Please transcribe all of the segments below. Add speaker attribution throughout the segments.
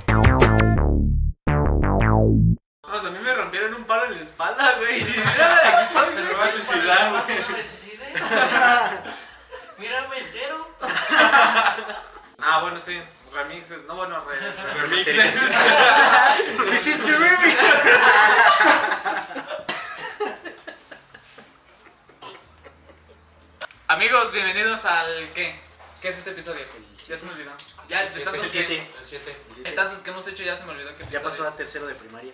Speaker 1: Ah,
Speaker 2: no sé, remixes, no, bueno, re- re-
Speaker 3: Remixes.
Speaker 2: remixes.
Speaker 4: Hiciste remix.
Speaker 1: Amigos, bienvenidos al ¿qué? ¿Qué es este episodio? Ya se me olvidó. Ya, de
Speaker 4: Es
Speaker 1: tantos
Speaker 4: el
Speaker 1: que-
Speaker 4: 7.
Speaker 3: El 7.
Speaker 1: de tantos que hemos hecho ya se me olvidó que
Speaker 4: Ya pasó a tercero de primaria.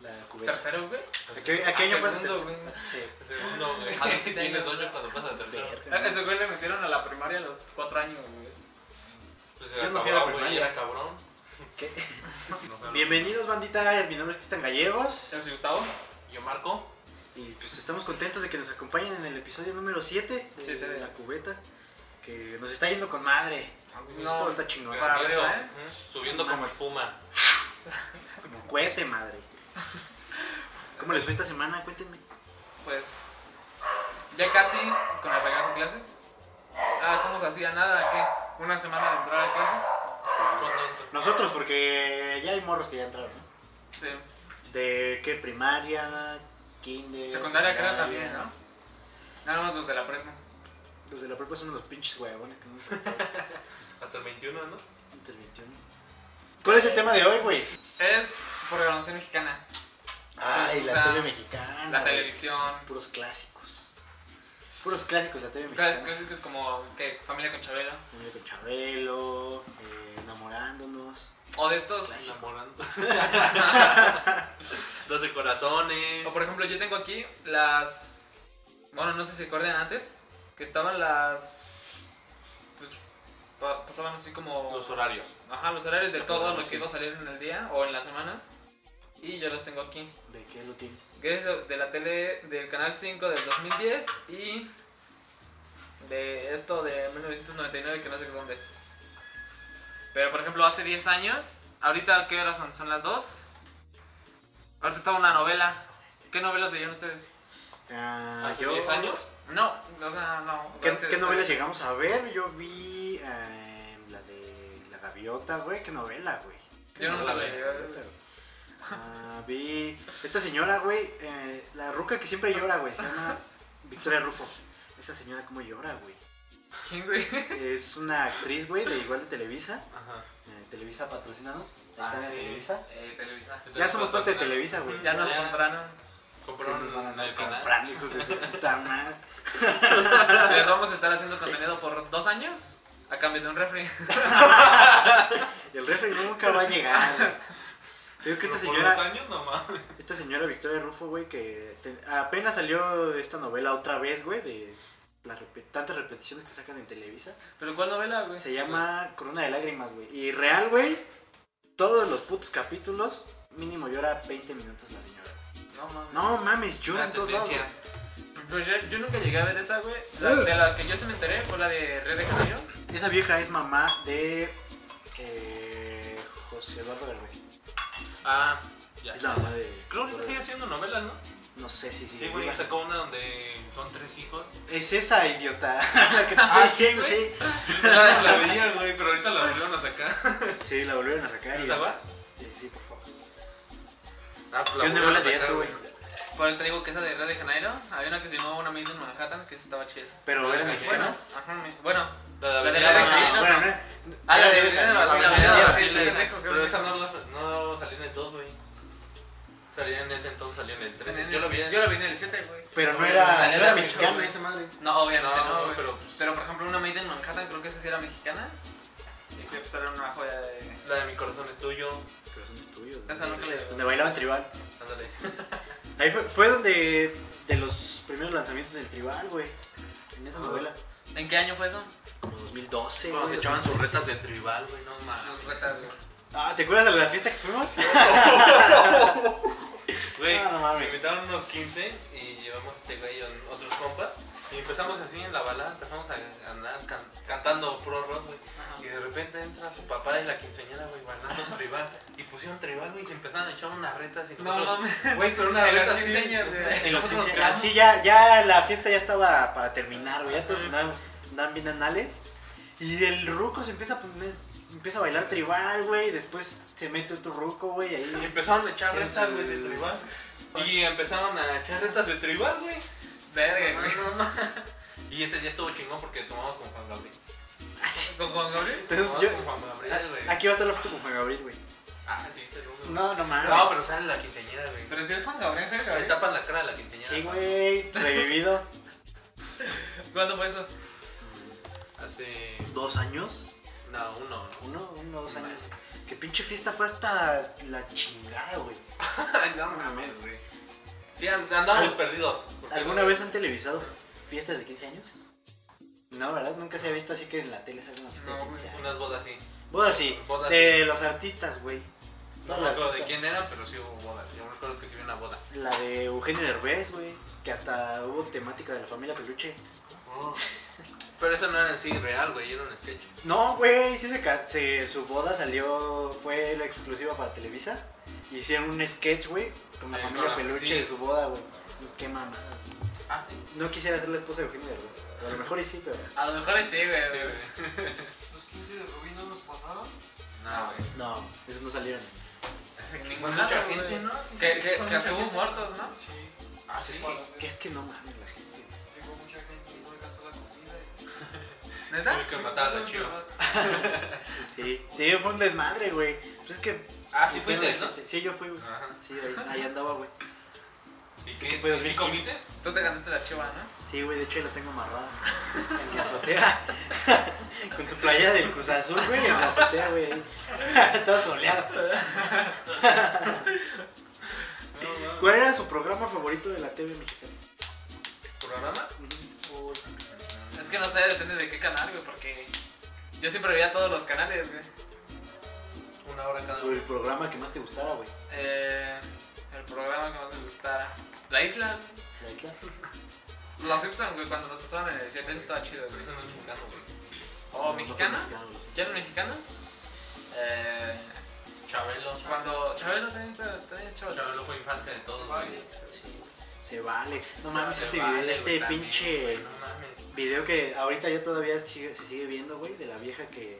Speaker 4: La cubeta.
Speaker 1: tercero, güey.
Speaker 4: ¿A qué, a qué año pasa
Speaker 1: segundo,
Speaker 4: tercero? Sí.
Speaker 3: Segundo, güey.
Speaker 1: Ah, sí,
Speaker 3: Tienes
Speaker 1: tengo.
Speaker 3: 8 cuando pasas a tercero.
Speaker 4: Verga.
Speaker 1: Ah, Ese güey le metieron a la primaria a los cuatro años, güey.
Speaker 3: Pues era
Speaker 4: Yo no fui a la
Speaker 3: cabrón, güey.
Speaker 4: primaria.
Speaker 3: Era cabrón.
Speaker 4: ¿Qué?
Speaker 3: No, claro.
Speaker 4: Bienvenidos, bandita. Mi nombre es Cristian Gallegos.
Speaker 1: ¿Sabes si Gustavo?
Speaker 3: Yo marco.
Speaker 4: Y pues estamos contentos de que nos acompañen en el episodio número 7 de
Speaker 1: Siete.
Speaker 4: La Cubeta. Que nos está yendo con madre.
Speaker 1: No.
Speaker 4: Todo está chingón.
Speaker 1: Para
Speaker 3: Grandioso.
Speaker 1: arriba, ¿eh?
Speaker 3: Ujú. Subiendo como espuma.
Speaker 4: Como cohete, madre. ¿Cómo les fue esta semana? Cuéntenme.
Speaker 1: Pues ya casi con el regreso a clases. Ah, estamos así a nada, ¿a ¿qué? Una semana de entrar a clases.
Speaker 3: Cuando entro-
Speaker 4: Nosotros, porque ya hay morros que ya entraron, ¿no?
Speaker 1: Sí.
Speaker 4: ¿De qué? Primaria, kinder.
Speaker 1: Secundaria creo
Speaker 4: secundaria.
Speaker 1: también, ¿no? Nada más los de la prepa.
Speaker 4: Los de la prepa son unos pinches huevones que no se intervinieron.
Speaker 3: Hasta el 21, ¿no?
Speaker 4: ¿Cuál es el tema de hoy, güey?
Speaker 1: Es programación mexicana,
Speaker 4: Ay,
Speaker 1: o
Speaker 4: la
Speaker 1: sea,
Speaker 4: tele mexicana.
Speaker 1: Pues, ah, la
Speaker 4: güey.
Speaker 1: televisión.
Speaker 4: Puros clásicos. Puros clásicos de la tele
Speaker 1: Clas-
Speaker 4: mexicana.
Speaker 1: Clásicos pues, como que familia con Chabelo.
Speaker 4: Familia con Chabelo, eh, enamorándonos.
Speaker 1: O de estos.
Speaker 4: Clásico.
Speaker 3: Enamorando. 12 corazones.
Speaker 1: O por ejemplo, yo tengo aquí las. Bueno, no sé si se acuerdan antes. Que estaban las. Pues. pa- pasaban así como.
Speaker 3: Los horarios.
Speaker 1: Ajá, los horarios de
Speaker 4: Ah,
Speaker 3: La
Speaker 1: todo lo que
Speaker 3: programación.
Speaker 1: iba a salir en el día o en la semana. Y yo los tengo aquí.
Speaker 4: ¿De qué lo tienes?
Speaker 1: Que es de de la tele del canal 5 del 2010 y. De esto de 1999 que no sé dónde es. Pero por ejemplo, hace 10 años. Ahorita, ¿qué horas son? ¿Son las 2? Ahorita estaba una novela. ¿Qué novelas veían ustedes?
Speaker 4: Ah,
Speaker 3: Hace
Speaker 4: yo-
Speaker 3: 10 años.
Speaker 1: No, o sea, no. o
Speaker 4: ¿Qué,
Speaker 1: sea, se-
Speaker 4: qué
Speaker 1: se-
Speaker 4: novelas llegamos a ver? Yo vi eh, la de La Gaviota, güey. ¿Qué novela, güey? ¿Qué
Speaker 1: Yo no
Speaker 4: novela
Speaker 3: la
Speaker 4: de
Speaker 1: vi.
Speaker 4: Gaviota, güey? Ah, vi esta señora, güey, eh, la ruca que siempre llora, güey, se llama Victoria Rufo. Esa señora cómo llora, güey.
Speaker 1: ¿Quién, güey?
Speaker 4: Es una actriz, güey, de igual de Televisa.
Speaker 3: Ajá.
Speaker 4: Eh, Televisa, patrocínanos. Ahí
Speaker 3: Ah,
Speaker 4: está
Speaker 3: sí.
Speaker 4: Televisa.
Speaker 1: Eh, Televisa.
Speaker 4: Ya somos parte de Televisa, güey.
Speaker 1: Ya nos
Speaker 3: Ya.
Speaker 1: compraron.
Speaker 4: Sí, nos van a
Speaker 3: Compraron
Speaker 4: andar
Speaker 1: ¿eh?
Speaker 3: el canal.
Speaker 4: comprando, hijos de su puta madre.
Speaker 1: Les vamos a estar haciendo contenido por dos años a cambio de un refri.
Speaker 4: Y el refri nunca va a llegar, güey. Digo que este esta
Speaker 3: Pero por
Speaker 4: señora...
Speaker 3: dos años nomás.
Speaker 4: Esta señora Victoria Rufo, güey, que te- apenas salió esta novela otra vez, güey, de las repe- tantas repeticiones que sacan en Televisa.
Speaker 1: ¿Pero cuál novela, güey?
Speaker 4: Se llama Corona de Lágrimas, güey. Y real, güey, todos los putos capítulos, mínimo llora 20 minutos la señora.
Speaker 1: No mames.
Speaker 4: No mames, llora
Speaker 3: La
Speaker 4: en todos lados.
Speaker 3: tendencia.
Speaker 4: güey.
Speaker 1: Pues yo, yo nunca llegué a ver esa, güey. La- de la que yo se me enteré fue la de Red de Janeiro.
Speaker 4: Esa vieja es mamá de eh, José Eduardo Derbez.
Speaker 3: Ah, ya.
Speaker 4: Es la mamá de...
Speaker 3: Creo que sigue haciendo novelas, ¿no?
Speaker 4: No sé si
Speaker 3: Sí,
Speaker 4: sigue
Speaker 3: güey.
Speaker 4: viva.
Speaker 3: Sacó una donde son tres hijos.
Speaker 4: Es esa idiota, la que te estoy
Speaker 3: Ah, ¿sí,
Speaker 4: diciendo,
Speaker 3: güey?
Speaker 4: sí.
Speaker 3: la veía, güey, pero ahorita la volvieron a sacar.
Speaker 4: Sí, la volvieron a sacar. y- eh,
Speaker 3: ¿Esa va?
Speaker 4: Sí, sí, por favor.
Speaker 3: Ah, pues
Speaker 4: ¿Qué
Speaker 3: volvieron a
Speaker 4: novelas veías
Speaker 3: sacar,
Speaker 4: tú, güey?
Speaker 1: Por eso te digo que esa de Red de Janeiro. Había una que se llamaba Una Mil en Manhattan, que esa estaba chida.
Speaker 4: Pero
Speaker 3: ¿Novelas
Speaker 4: eran
Speaker 3: mexicanas?
Speaker 4: mexicanas.
Speaker 1: Buenas. Ajá, mi- bueno.
Speaker 3: La de
Speaker 1: La de
Speaker 3: Avenida
Speaker 1: Red de
Speaker 3: Brasil.
Speaker 1: Janeiro.
Speaker 4: bueno, no.
Speaker 1: Ah, la de
Speaker 4: Era
Speaker 1: Avenida
Speaker 4: mexicana,
Speaker 1: Brasil,
Speaker 4: la
Speaker 1: Avenida
Speaker 4: Avenida
Speaker 1: Brasil,
Speaker 4: Brasil.
Speaker 1: pendejo, qué
Speaker 3: Pero esa
Speaker 1: bonito.
Speaker 3: no, la- no salía en el 2, güey. Salía en ese entonces, salía en el 3. Yo lo vi. en-
Speaker 1: Yo la vi en el 7, güey.
Speaker 4: Pero no
Speaker 3: Bueno,
Speaker 4: era,
Speaker 1: salió
Speaker 4: no era
Speaker 1: la
Speaker 4: mexicana
Speaker 1: Sechau,
Speaker 4: esa madre.
Speaker 1: No, obviamente no,
Speaker 3: No,
Speaker 1: güey.
Speaker 3: pero
Speaker 1: Pero por ejemplo, una Made in Manhattan, creo que esa sí era mexicana. Y que pues era una joya de.
Speaker 3: la de mi corazón es tuyo.
Speaker 4: Pero son estudios.
Speaker 1: Esa nunca le.
Speaker 4: Donde bailaban tribal.
Speaker 3: Ándale.
Speaker 4: Ahí fue, fue donde. De los primeros lanzamientos del tribal, güey. En esa
Speaker 3: Ah.
Speaker 4: novela.
Speaker 1: ¿En qué año fue eso?
Speaker 4: Como 2012.
Speaker 3: Cuando se
Speaker 4: güey,
Speaker 3: echaban sus
Speaker 4: 2013.
Speaker 3: retas de tribal, güey, no
Speaker 1: Los
Speaker 3: mames.
Speaker 1: retas, güey.
Speaker 4: Ah, ¿te acuerdas de la fiesta que fuimos?
Speaker 3: Güey,
Speaker 4: Ah, no mames.
Speaker 3: me invitaron unos 15 y llevamos este güey y otros compas. Y empezamos así en la balada, empezamos a andar can- cantando pro rock, güey. Y de repente entra su papá y la quinceañera, güey, bailando tribal. Y pusieron tribal, güey, y se empezaron a echar unas retas. Y
Speaker 1: No
Speaker 3: nosotros-
Speaker 1: mames.
Speaker 3: Güey, pero una
Speaker 1: En las
Speaker 3: reta así.
Speaker 1: quinceañeras, güey.
Speaker 4: En los
Speaker 3: Nosotros
Speaker 4: 15.
Speaker 3: quedamos-
Speaker 4: Así ya, ya la fiesta ya estaba para terminar, güey. Ya todos andaban, andaban bien anales. Y el ruco se empieza a poner. Empieza a bailar tribal, güey. Después se mete otro ruco, güey.
Speaker 3: Y
Speaker 4: Ahí.
Speaker 3: empezaron a echar
Speaker 4: Sí,
Speaker 3: retas,
Speaker 4: sí,
Speaker 3: güey, de
Speaker 4: sí.
Speaker 3: tribal. Y empezaron a echar retas de tribal, güey.
Speaker 1: Verga, güey.
Speaker 3: No, no, no. Y ese día estuvo chingón porque tomamos con Juan Gabriel.
Speaker 1: ¿Con Juan Gabriel?
Speaker 4: Entonces,
Speaker 3: No,
Speaker 4: yo,
Speaker 3: con Juan Gabriel, güey.
Speaker 4: aquí va a estar la foto con Juan Gabriel, güey.
Speaker 3: Ah, sí, te lo juro.
Speaker 4: No, no mames.
Speaker 3: No, pero sale la quinceañera, güey.
Speaker 1: Pero si es Juan Gabriel, ¿eh? Juan
Speaker 3: Le
Speaker 1: Gabriel.
Speaker 3: tapan la cara a la quinceañera.
Speaker 4: Sí, güey. Revivido.
Speaker 1: ¿Cuándo fue eso?
Speaker 3: Hace.
Speaker 4: ¿Dos años?
Speaker 3: No, uno, ¿no?
Speaker 4: Uno, uno, dos años. Que pinche fiesta fue hasta la chingada, güey.
Speaker 3: Ay, no mames, güey. Sí, and- andábamos
Speaker 4: ¿Al-
Speaker 3: perdidos.
Speaker 4: ¿Alguna vez han televisado fiestas de 15 años? No, ¿verdad? Nunca se ha visto así que en la tele salga una fiesta
Speaker 1: No,
Speaker 4: de 15 años.
Speaker 3: Unas bodas así.
Speaker 4: Bodas sí,
Speaker 3: Bodas.
Speaker 4: de los artistas, güey.
Speaker 3: No
Speaker 4: Todas
Speaker 3: me
Speaker 4: las
Speaker 3: acuerdo de
Speaker 4: artistas.
Speaker 3: quién era, pero sí hubo bodas. Yo me acuerdo que sí hubo una boda.
Speaker 4: La de Eugenio Derbez, güey. Que hasta hubo temática de la familia peluche.
Speaker 3: Oh. Pero eso no era en sí real, güey, era un sketch.
Speaker 4: No, güey, sí se, ca- se- su boda salió, fue la exclusiva para Televisa. Hicieron un sketch, güey, con la
Speaker 3: Ay,
Speaker 4: familia
Speaker 3: no,
Speaker 4: peluche
Speaker 3: sí.
Speaker 4: de su boda, güey. Qué mamá.
Speaker 3: Ah, sí.
Speaker 4: No quisiera ser la esposa de Eugenio Derbez. A lo mejor y sí, pero
Speaker 1: A lo mejor es sí, güey.
Speaker 3: Sí,
Speaker 1: güey.
Speaker 3: güey.
Speaker 2: ¿Los 15 de Rubí no nos pasaron?
Speaker 3: No, güey.
Speaker 4: no, esos no salieron.
Speaker 1: En
Speaker 3: Fue
Speaker 1: ningún
Speaker 3: mucha
Speaker 1: lado,
Speaker 3: gente,
Speaker 1: güey.
Speaker 3: ¿no?
Speaker 1: Que, que,
Speaker 2: Fue
Speaker 1: que hasta
Speaker 2: mucha
Speaker 1: hubo
Speaker 2: gente.
Speaker 1: muertos, ¿no?
Speaker 2: Sí,
Speaker 3: Ah,
Speaker 4: Es
Speaker 3: sí.
Speaker 4: que, que es que no mames la gente.
Speaker 2: llegó mucha gente y no alcanzó la comida.
Speaker 1: ¿Neta?
Speaker 3: Tuve que matar a la chiva.
Speaker 4: Sí, sí, fue un desmadre, güey. Pues es que.
Speaker 3: Ah, sí,
Speaker 4: putero de
Speaker 3: fuiste, ¿no?
Speaker 4: gente. Sí, yo fui, güey.
Speaker 3: Ajá.
Speaker 4: Sí, ahí, ahí andaba, güey.
Speaker 3: ¿Y
Speaker 4: que fue
Speaker 3: qué? ¿Sí
Speaker 4: 2015.
Speaker 3: comiste?
Speaker 1: Tú te ganaste la chiva, ¿no?
Speaker 4: Sí, güey, de hecho ahí la tengo amarrada. En mi azotea. Con su playa del Cruz Azul, güey, en la azotea, güey. ahí. Todo soleado. ¿Cuál era su programa favorito de la TV mexicana?
Speaker 3: ¿Programa?
Speaker 4: Uy,
Speaker 1: Es que no sé, depende de qué canal, güey, porque yo siempre veía todos los canales, güey.
Speaker 3: Una hora cada
Speaker 4: O
Speaker 3: uno.
Speaker 4: el programa que más te gustara, güey.
Speaker 1: Eh, el programa que más me gustara. La isla, güey.
Speaker 4: La isla.
Speaker 1: Los Simpsons, güey, cuando nos pasaban en el 7 estaba chido,
Speaker 3: Pero
Speaker 1: güey.
Speaker 3: eso no es mexicano, güey.
Speaker 1: O
Speaker 4: No, no fue
Speaker 1: mexicana,
Speaker 4: mexicano, güey.
Speaker 1: ya eran mexicanos. Eh,
Speaker 3: Chabelo.
Speaker 1: cuando Chabelo también, también es Chabelo.
Speaker 3: Chabelo fue infancia de todos, güey.
Speaker 2: Vale.
Speaker 4: Se vale. No mames,
Speaker 3: Se
Speaker 4: este
Speaker 3: vale,
Speaker 4: video,
Speaker 3: güey,
Speaker 4: este
Speaker 3: también,
Speaker 4: pinche.
Speaker 3: güey, No mames.
Speaker 4: Video que ahorita ya todavía sigue- se sigue viendo, güey, de la vieja que.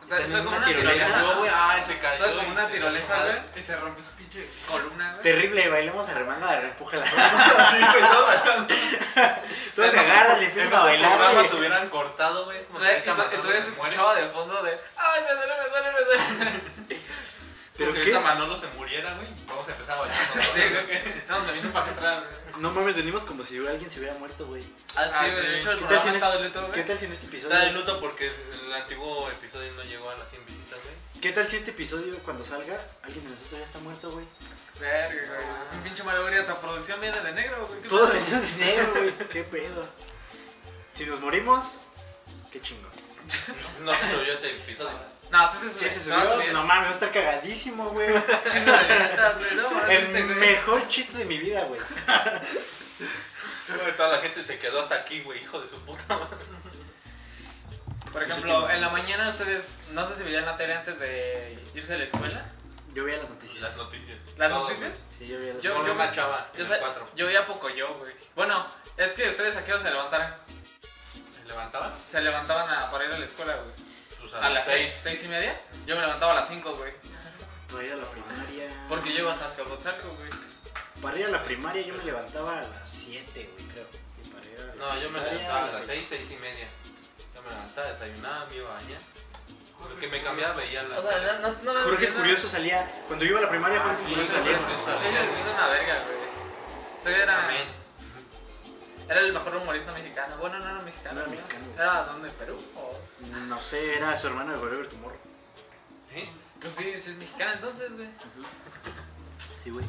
Speaker 1: O sea,
Speaker 4: Está en
Speaker 1: está como
Speaker 4: una
Speaker 1: una
Speaker 3: Se
Speaker 4: tirolesa.
Speaker 1: tirolesa.
Speaker 3: cayó, güey.
Speaker 1: güey.
Speaker 3: Ay, se cayó.
Speaker 1: Está como
Speaker 3: y
Speaker 1: una
Speaker 3: se-
Speaker 1: tirolesa, güey. Y se rompió su pinche columna,
Speaker 3: Ah.
Speaker 1: güey.
Speaker 4: Terrible, bailemos a remanga, la reempuja la
Speaker 3: Sí, güey, todo bailando.
Speaker 4: Entonces se agarran y
Speaker 3: En
Speaker 4: empiezan
Speaker 3: otro
Speaker 4: a bailar.
Speaker 3: programa
Speaker 4: güey.
Speaker 3: se hubieran cortado, güey. como
Speaker 1: O
Speaker 3: si
Speaker 1: sea,
Speaker 3: ahorita
Speaker 1: ento-
Speaker 3: Manolo
Speaker 1: Entonces
Speaker 3: se muere.
Speaker 1: escuchaba de fondo de ¡Ay, me duele, me duele, me duele!
Speaker 4: ¿Pero
Speaker 3: Como si
Speaker 4: qué?
Speaker 3: ahorita Manolo se muriera, güey. Vamos a empezar a bailar.
Speaker 1: Sí, creo que. No, me vino para atrás, güey.
Speaker 4: No mames, venimos como si alguien se hubiera muerto, güey.
Speaker 1: Ah,
Speaker 3: Ah,
Speaker 1: sí, güey.
Speaker 3: sí.
Speaker 1: De hecho, el
Speaker 4: ¿Qué tal
Speaker 1: programa
Speaker 4: si
Speaker 1: ha
Speaker 4: en
Speaker 1: estado de luto,
Speaker 4: ¿Qué
Speaker 1: güey.
Speaker 4: tal si en este episodio?
Speaker 3: Está de luto porque el antiguo episodio no llegó a las 100 visitas, güey.
Speaker 4: ¿Qué tal si este episodio cuando salga alguien de nosotros ya está muerto, güey?
Speaker 1: Verga, güey. Es un pinche malogría. Tu producción viene de negro, güey. ¿Qué
Speaker 4: Todos
Speaker 1: tal?
Speaker 4: venimos negro, güey. Qué pedo. Si nos morimos, qué chingón.
Speaker 3: No se subió este episodio.
Speaker 1: No, sí se
Speaker 4: Si se
Speaker 1: subió. No,
Speaker 4: subió, no mames, va a estar cagadísimo, güey.
Speaker 1: Chingo de visitas, güey. No, mames, este,
Speaker 4: El
Speaker 1: güey.
Speaker 4: mejor chiste de mi vida, güey.
Speaker 3: Toda la gente se quedó hasta aquí, güey. Hijo de su puta madre.
Speaker 1: Por ejemplo, en la mañana ustedes, no sé si veían la tele antes de irse a la escuela.
Speaker 4: Yo veía las
Speaker 3: Y
Speaker 4: noticias.
Speaker 3: las noticias.
Speaker 1: ¿Las
Speaker 3: Todo,
Speaker 1: noticias?
Speaker 4: Sí, yo veía las
Speaker 3: güey.
Speaker 1: Yo-
Speaker 3: Con
Speaker 1: yo-
Speaker 3: una chava
Speaker 1: Yo,
Speaker 3: en
Speaker 1: sé-
Speaker 3: el 4.
Speaker 1: yo veía poco yo, güey. Bueno, es que ustedes a qué hora se levantaran.
Speaker 3: ¿Levantaban?
Speaker 1: Se levantaban a, para ir a la escuela, güey.
Speaker 3: Pues
Speaker 1: A las seis, seis y media. Yo me levantaba a las cinco, güey.
Speaker 4: Para ir a la primaria.
Speaker 1: Porque yo iba hasta Azcapotzalco, güey.
Speaker 4: Para ir a la primaria yo me levantaba a las 7, güey, creo. Y para ir a la
Speaker 3: No, yo me
Speaker 4: secundaria
Speaker 3: levantaba a las
Speaker 4: seis.
Speaker 3: 6, 6 y media. Yo me levantaba, desayunaba, me iba a bañar. Porque me cambiaba, veía la.
Speaker 1: O sea, no, no, no.
Speaker 4: Jorge
Speaker 1: no-
Speaker 4: Curioso salía. Cuando yo iba a la primaria,
Speaker 3: Ah,
Speaker 4: Jorge
Speaker 3: sí,
Speaker 4: Curioso
Speaker 3: Jorge
Speaker 4: salía.
Speaker 3: Curioso.
Speaker 1: Ella es una verga, güey. O sea, era,
Speaker 3: Amén.
Speaker 1: era el mejor humorista mexicano. Bueno, no era mexicano.
Speaker 4: No era
Speaker 1: güey.
Speaker 4: mexicano.
Speaker 1: ¿Era dónde? ¿Perú? O-
Speaker 4: No sé, era su hermano de Forever Tomorrow.
Speaker 3: ¿Sí?
Speaker 1: Pues sí, sí es mexicano entonces, güey.
Speaker 4: Sí, güey.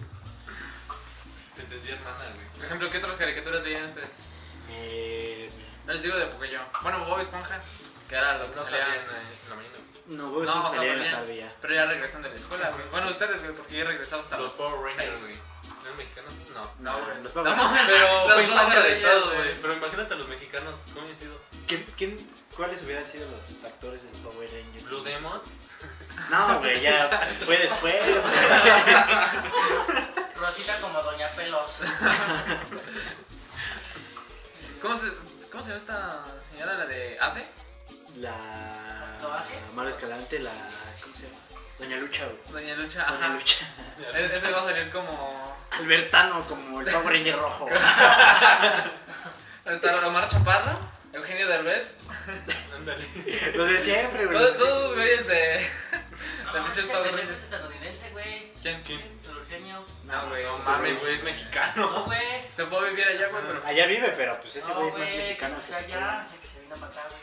Speaker 3: Te entendí, hermana, güey.
Speaker 1: Por ejemplo, ¿qué otras caricaturas veían ustedes?
Speaker 4: Eh,
Speaker 1: No les digo de Pocoyo. Bueno, Bob Esponja, que era lo que
Speaker 3: No
Speaker 1: salía.
Speaker 3: salía en la eh, en la mañana.
Speaker 4: no, güey,
Speaker 1: No,
Speaker 4: no, salía
Speaker 1: no,
Speaker 4: en la
Speaker 1: bien.
Speaker 4: tarde ya.
Speaker 1: Pero ya regresan de la escuela, güey. Bueno, ustedes, güey, porque yo he regresado hasta
Speaker 3: Los
Speaker 1: los
Speaker 3: Power Rangers,
Speaker 1: seis.
Speaker 3: güey. ¿No eran mexicanos? No.
Speaker 1: No,
Speaker 4: Nah,
Speaker 1: güey.
Speaker 4: Ah, los
Speaker 1: No,
Speaker 4: Power
Speaker 1: mames.
Speaker 3: Pero
Speaker 1: Los
Speaker 3: fue infancia de
Speaker 1: Power
Speaker 3: todo,
Speaker 1: Rangers,
Speaker 3: güey. Pero imagínate a los mexicanos, ¿cómo han sido?
Speaker 4: ¿Quién, quién, ¿Cuáles hubieran sido los actores de los Power Rangers?
Speaker 3: Blue Demon,
Speaker 4: No, güey, ya fue después.
Speaker 5: Rosita como Doña Pelos.
Speaker 1: ¿Cómo se, ¿Cómo se llama esta señora, la de ACE?
Speaker 4: La.
Speaker 5: ¿Lo hace?
Speaker 4: Mara Escalante, la. ¿Cómo se llama? Doña Lucha, güey.
Speaker 1: Doña Lucha,
Speaker 4: Doña
Speaker 1: ajá.
Speaker 4: Lucha.
Speaker 1: E- Ese va a salir como.
Speaker 4: Albertano como el Power Ranger rojo.
Speaker 1: Va a estar Omar Chaparro, Eugenio Derbez,
Speaker 3: Ándale.
Speaker 4: Los de siempre, güey.
Speaker 1: Todos, todos los güeyes de.
Speaker 5: No,
Speaker 1: La
Speaker 5: no,
Speaker 1: pinche
Speaker 5: ese
Speaker 1: Estados
Speaker 5: pendejo es
Speaker 1: Unidos.
Speaker 5: estadounidense, güey.
Speaker 1: ¿Quién?
Speaker 3: ¿Quién?
Speaker 5: El Eugenio.
Speaker 1: No, güey.
Speaker 3: No
Speaker 1: ese
Speaker 3: mames,
Speaker 1: güey
Speaker 3: güey, es
Speaker 5: No,
Speaker 3: mexicano.
Speaker 5: güey.
Speaker 1: Se fue a vivir allá, güey, pero.
Speaker 4: Allá vive, pero pues ese
Speaker 5: No,
Speaker 4: güey es más
Speaker 5: güey,
Speaker 4: mexicano.
Speaker 5: que no sea
Speaker 4: que-
Speaker 5: allá, que se vino a matar, güey.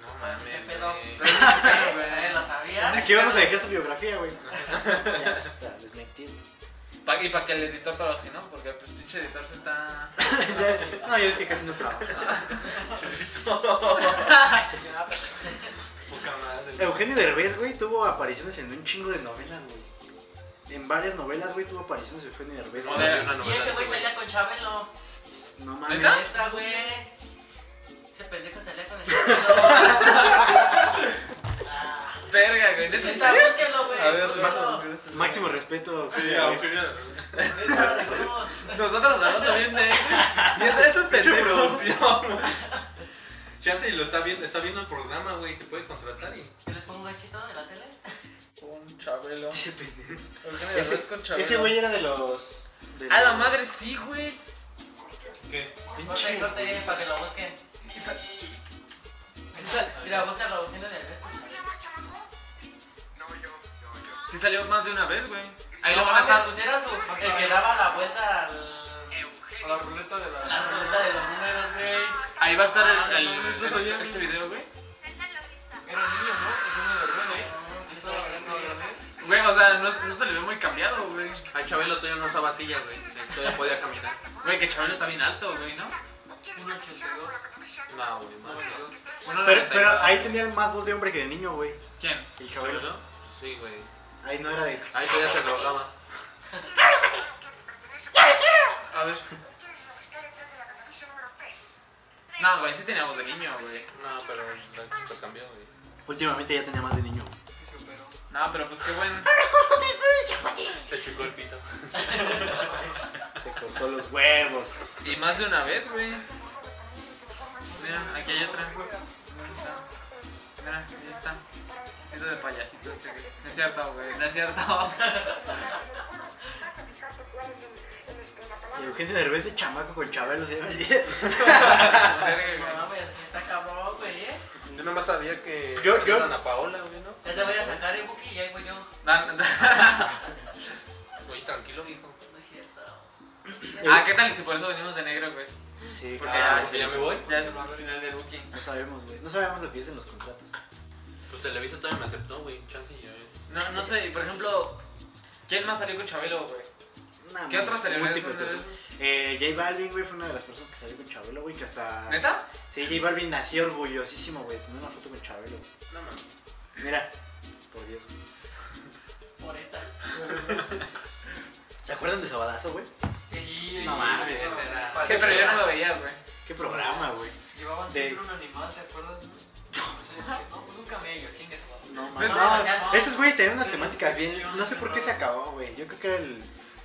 Speaker 3: No
Speaker 5: Mames, ese
Speaker 3: mames,
Speaker 5: pedo.
Speaker 3: güey.
Speaker 5: Pero, güey, nadie lo sabía.
Speaker 4: Aquí vamos a dejar su biografía, güey. Ya, está, les mentí.
Speaker 1: Pa- y para que el editor trabaje, ¿no? Porque pues pinche editor se está.
Speaker 4: Ya- No, yo es que casi no trabajo.
Speaker 5: Ya, pues,
Speaker 3: Poca madre.
Speaker 4: Eugenio Derbez, güey, tuvo apariciones en un chingo de novelas, güey. En varias novelas, güey, tuvo apariciones Eugenio Derbez. güey.
Speaker 3: Modelo, una
Speaker 5: Y
Speaker 3: novela
Speaker 5: ese
Speaker 3: de
Speaker 5: güey salía con Chabelo.
Speaker 4: No
Speaker 1: ¿Neta?
Speaker 4: mames.
Speaker 5: Esta, güey. Ese pendejo salía con el Chabelo. Ah,
Speaker 1: Verga, güey. ¿neta?
Speaker 5: Neta, búsquelo, güey.
Speaker 1: A ver,
Speaker 5: búsquelo.
Speaker 1: vamos a buscar esto.
Speaker 4: Máximo respeto.
Speaker 3: Sí,
Speaker 4: Eugenio
Speaker 3: a
Speaker 4: Derbez.
Speaker 3: Eugenio.
Speaker 5: Neta, lo somos.
Speaker 1: Nosotros hablamos también de. Y eso es un
Speaker 3: Pinche
Speaker 1: pendejo.
Speaker 3: producción. Chance lo está viendo, está viendo el programa, güey, te puede contratar y.
Speaker 5: ¿Yo les pongo un gachito de la tele?
Speaker 1: Un Chabelo.
Speaker 4: Ese pendejo.
Speaker 1: Eugenio
Speaker 4: Ese-
Speaker 1: Derbez con Chabelo.
Speaker 4: Ese güey era de los. de
Speaker 1: A la
Speaker 4: los-
Speaker 1: madre, sí, güey.
Speaker 3: ¿Qué?
Speaker 5: Corte, corte, para que lo busquen. Mira, busca la bocina de Ernesto.
Speaker 1: Sí salió más de una vez, güey. Ahí
Speaker 5: No
Speaker 1: lo van a estar.
Speaker 5: mames, pues era su. Porque que daba la vuelta al.
Speaker 2: A la ruleta de
Speaker 5: a la ruleta de los números, güey.
Speaker 1: Ahí va a estar el, el-
Speaker 2: Ah, no, no, no,
Speaker 1: este,
Speaker 2: no.
Speaker 1: este video, güey.
Speaker 2: Era niño, ¿no? Eugenio Derbez, ¿eh? Yo estaba hablando de Derbez.
Speaker 1: Güey, o sea, no, no se le ve muy cambiado, güey.
Speaker 3: A Chabelo todavía no usaba batilla, güey. sí, Todavía podía caminar.
Speaker 1: Güey, que Chabelo está bien alto, güey, ¿no?
Speaker 2: Un 82.
Speaker 3: No, güey, no.
Speaker 1: Uno
Speaker 4: Pero,
Speaker 1: noventa y
Speaker 4: pero
Speaker 1: dos.
Speaker 4: ahí tenía más voz de hombre que de niño, güey.
Speaker 1: ¿Quién?
Speaker 4: El
Speaker 3: ¿Chabelo?
Speaker 4: Chabelo.
Speaker 3: Sí, güey.
Speaker 4: Ahí no era de.
Speaker 3: Ahí todavía se colocaba.
Speaker 1: A ver. No, güey, sí teníamos de niño, güey.
Speaker 3: No, pero la chica cambió, güey.
Speaker 4: Últimamente ya tenía más de niño.
Speaker 2: Que se operó.
Speaker 1: No, pero pues qué buen.
Speaker 3: Se chicó el pito.
Speaker 4: Se cortó los huevos.
Speaker 1: Y más de una vez, güey. Mira, aquí hay otra. ¿Dónde está? Mira, ahí está. Vestido de payasito este, güey. No es cierto, güey, no es cierto.
Speaker 4: Y Eugenio Derbez de chamaco con Chabelo, ¿sí?
Speaker 5: No mames, está cabrón, güey, eh.
Speaker 3: Yo nomás sabía que.
Speaker 4: Yo- yo-
Speaker 3: Ana Paola, güey, ¿no?
Speaker 5: Ya te voy a sacar el buque y ahí voy yo.
Speaker 1: No, no.
Speaker 3: Güey, tranquilo, hijo.
Speaker 5: No es cierto.
Speaker 1: Ah, ¿qué tal? Si por eso venimos de negro, güey.
Speaker 4: Sí,
Speaker 1: Porque ya-
Speaker 3: Ah, porque ya me voy.
Speaker 1: Ya es el final de Buki.
Speaker 4: No sabemos, güey. No sabemos lo que dicen los contratos.
Speaker 3: Pues Televisa todavía me aceptó, güey. Chance y yo. eh.
Speaker 1: No, no sé, y por ejemplo, ¿quién más salió con Chabelo, güey?
Speaker 4: Nada
Speaker 1: ¿Qué
Speaker 4: más,
Speaker 1: otras celebridades
Speaker 4: múltiples
Speaker 1: son de
Speaker 4: personas. Eh, J Balvin, güey, fue una de las personas que salió con Chabelo, güey, que hasta...
Speaker 1: ¿Neta?
Speaker 4: Sí, J Balvin nació orgullosísimo, güey, tener una foto con Chabelo. güey.
Speaker 3: No mames.
Speaker 4: Mira, por Dios. güey.
Speaker 5: Por esta.
Speaker 4: ¿Se acuerdan de Sabadazo, güey?
Speaker 2: Sí,
Speaker 4: No
Speaker 2: sí,
Speaker 4: mames,
Speaker 2: sí,
Speaker 3: era-
Speaker 2: padre.
Speaker 1: Sí, pero yo no lo veía, güey.
Speaker 4: Qué programa, güey.
Speaker 2: Llevaban
Speaker 4: De-
Speaker 2: siempre un animal, ¿te acuerdas? güey? O sea, que, No, pues un camello, chingue su madre.
Speaker 4: No,
Speaker 1: Pero-
Speaker 4: mames. Esos güeyes tenían unas
Speaker 2: Pero-
Speaker 4: temáticas bien... No sé por qué se acabó, güey. Yo creo que era el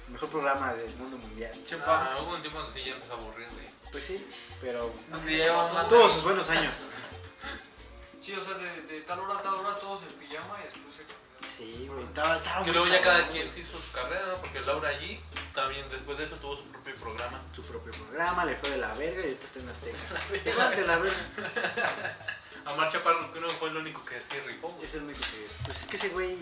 Speaker 4: mejor programa del mundo mundial.
Speaker 1: Chupa.
Speaker 3: Ah, hubo un tiempo donde sí ya empezó a aburrir, güey.
Speaker 4: Pues sí, pero...
Speaker 1: Donde llevaban más.
Speaker 4: Tuvo sus buenos años.
Speaker 2: Sí, o sea, de, de tal hora a tal hora todos en pijama y después se cambiaron.
Speaker 4: Sí, güey, estaba, estaba
Speaker 3: Que
Speaker 4: muy
Speaker 3: luego ya
Speaker 4: cabrón,
Speaker 3: cada
Speaker 4: güey.
Speaker 3: quien se hizo su carrera, ¿no? Porque Laura allí también después de eso tuvo su propio programa.
Speaker 4: Su propio programa, le fue de la verga y ahorita está en Azteca. Igual de la verga.
Speaker 3: A Marcha Parro creo que fue el único que sí rifó, güey.
Speaker 4: Es el único que. Pues es que ese güey.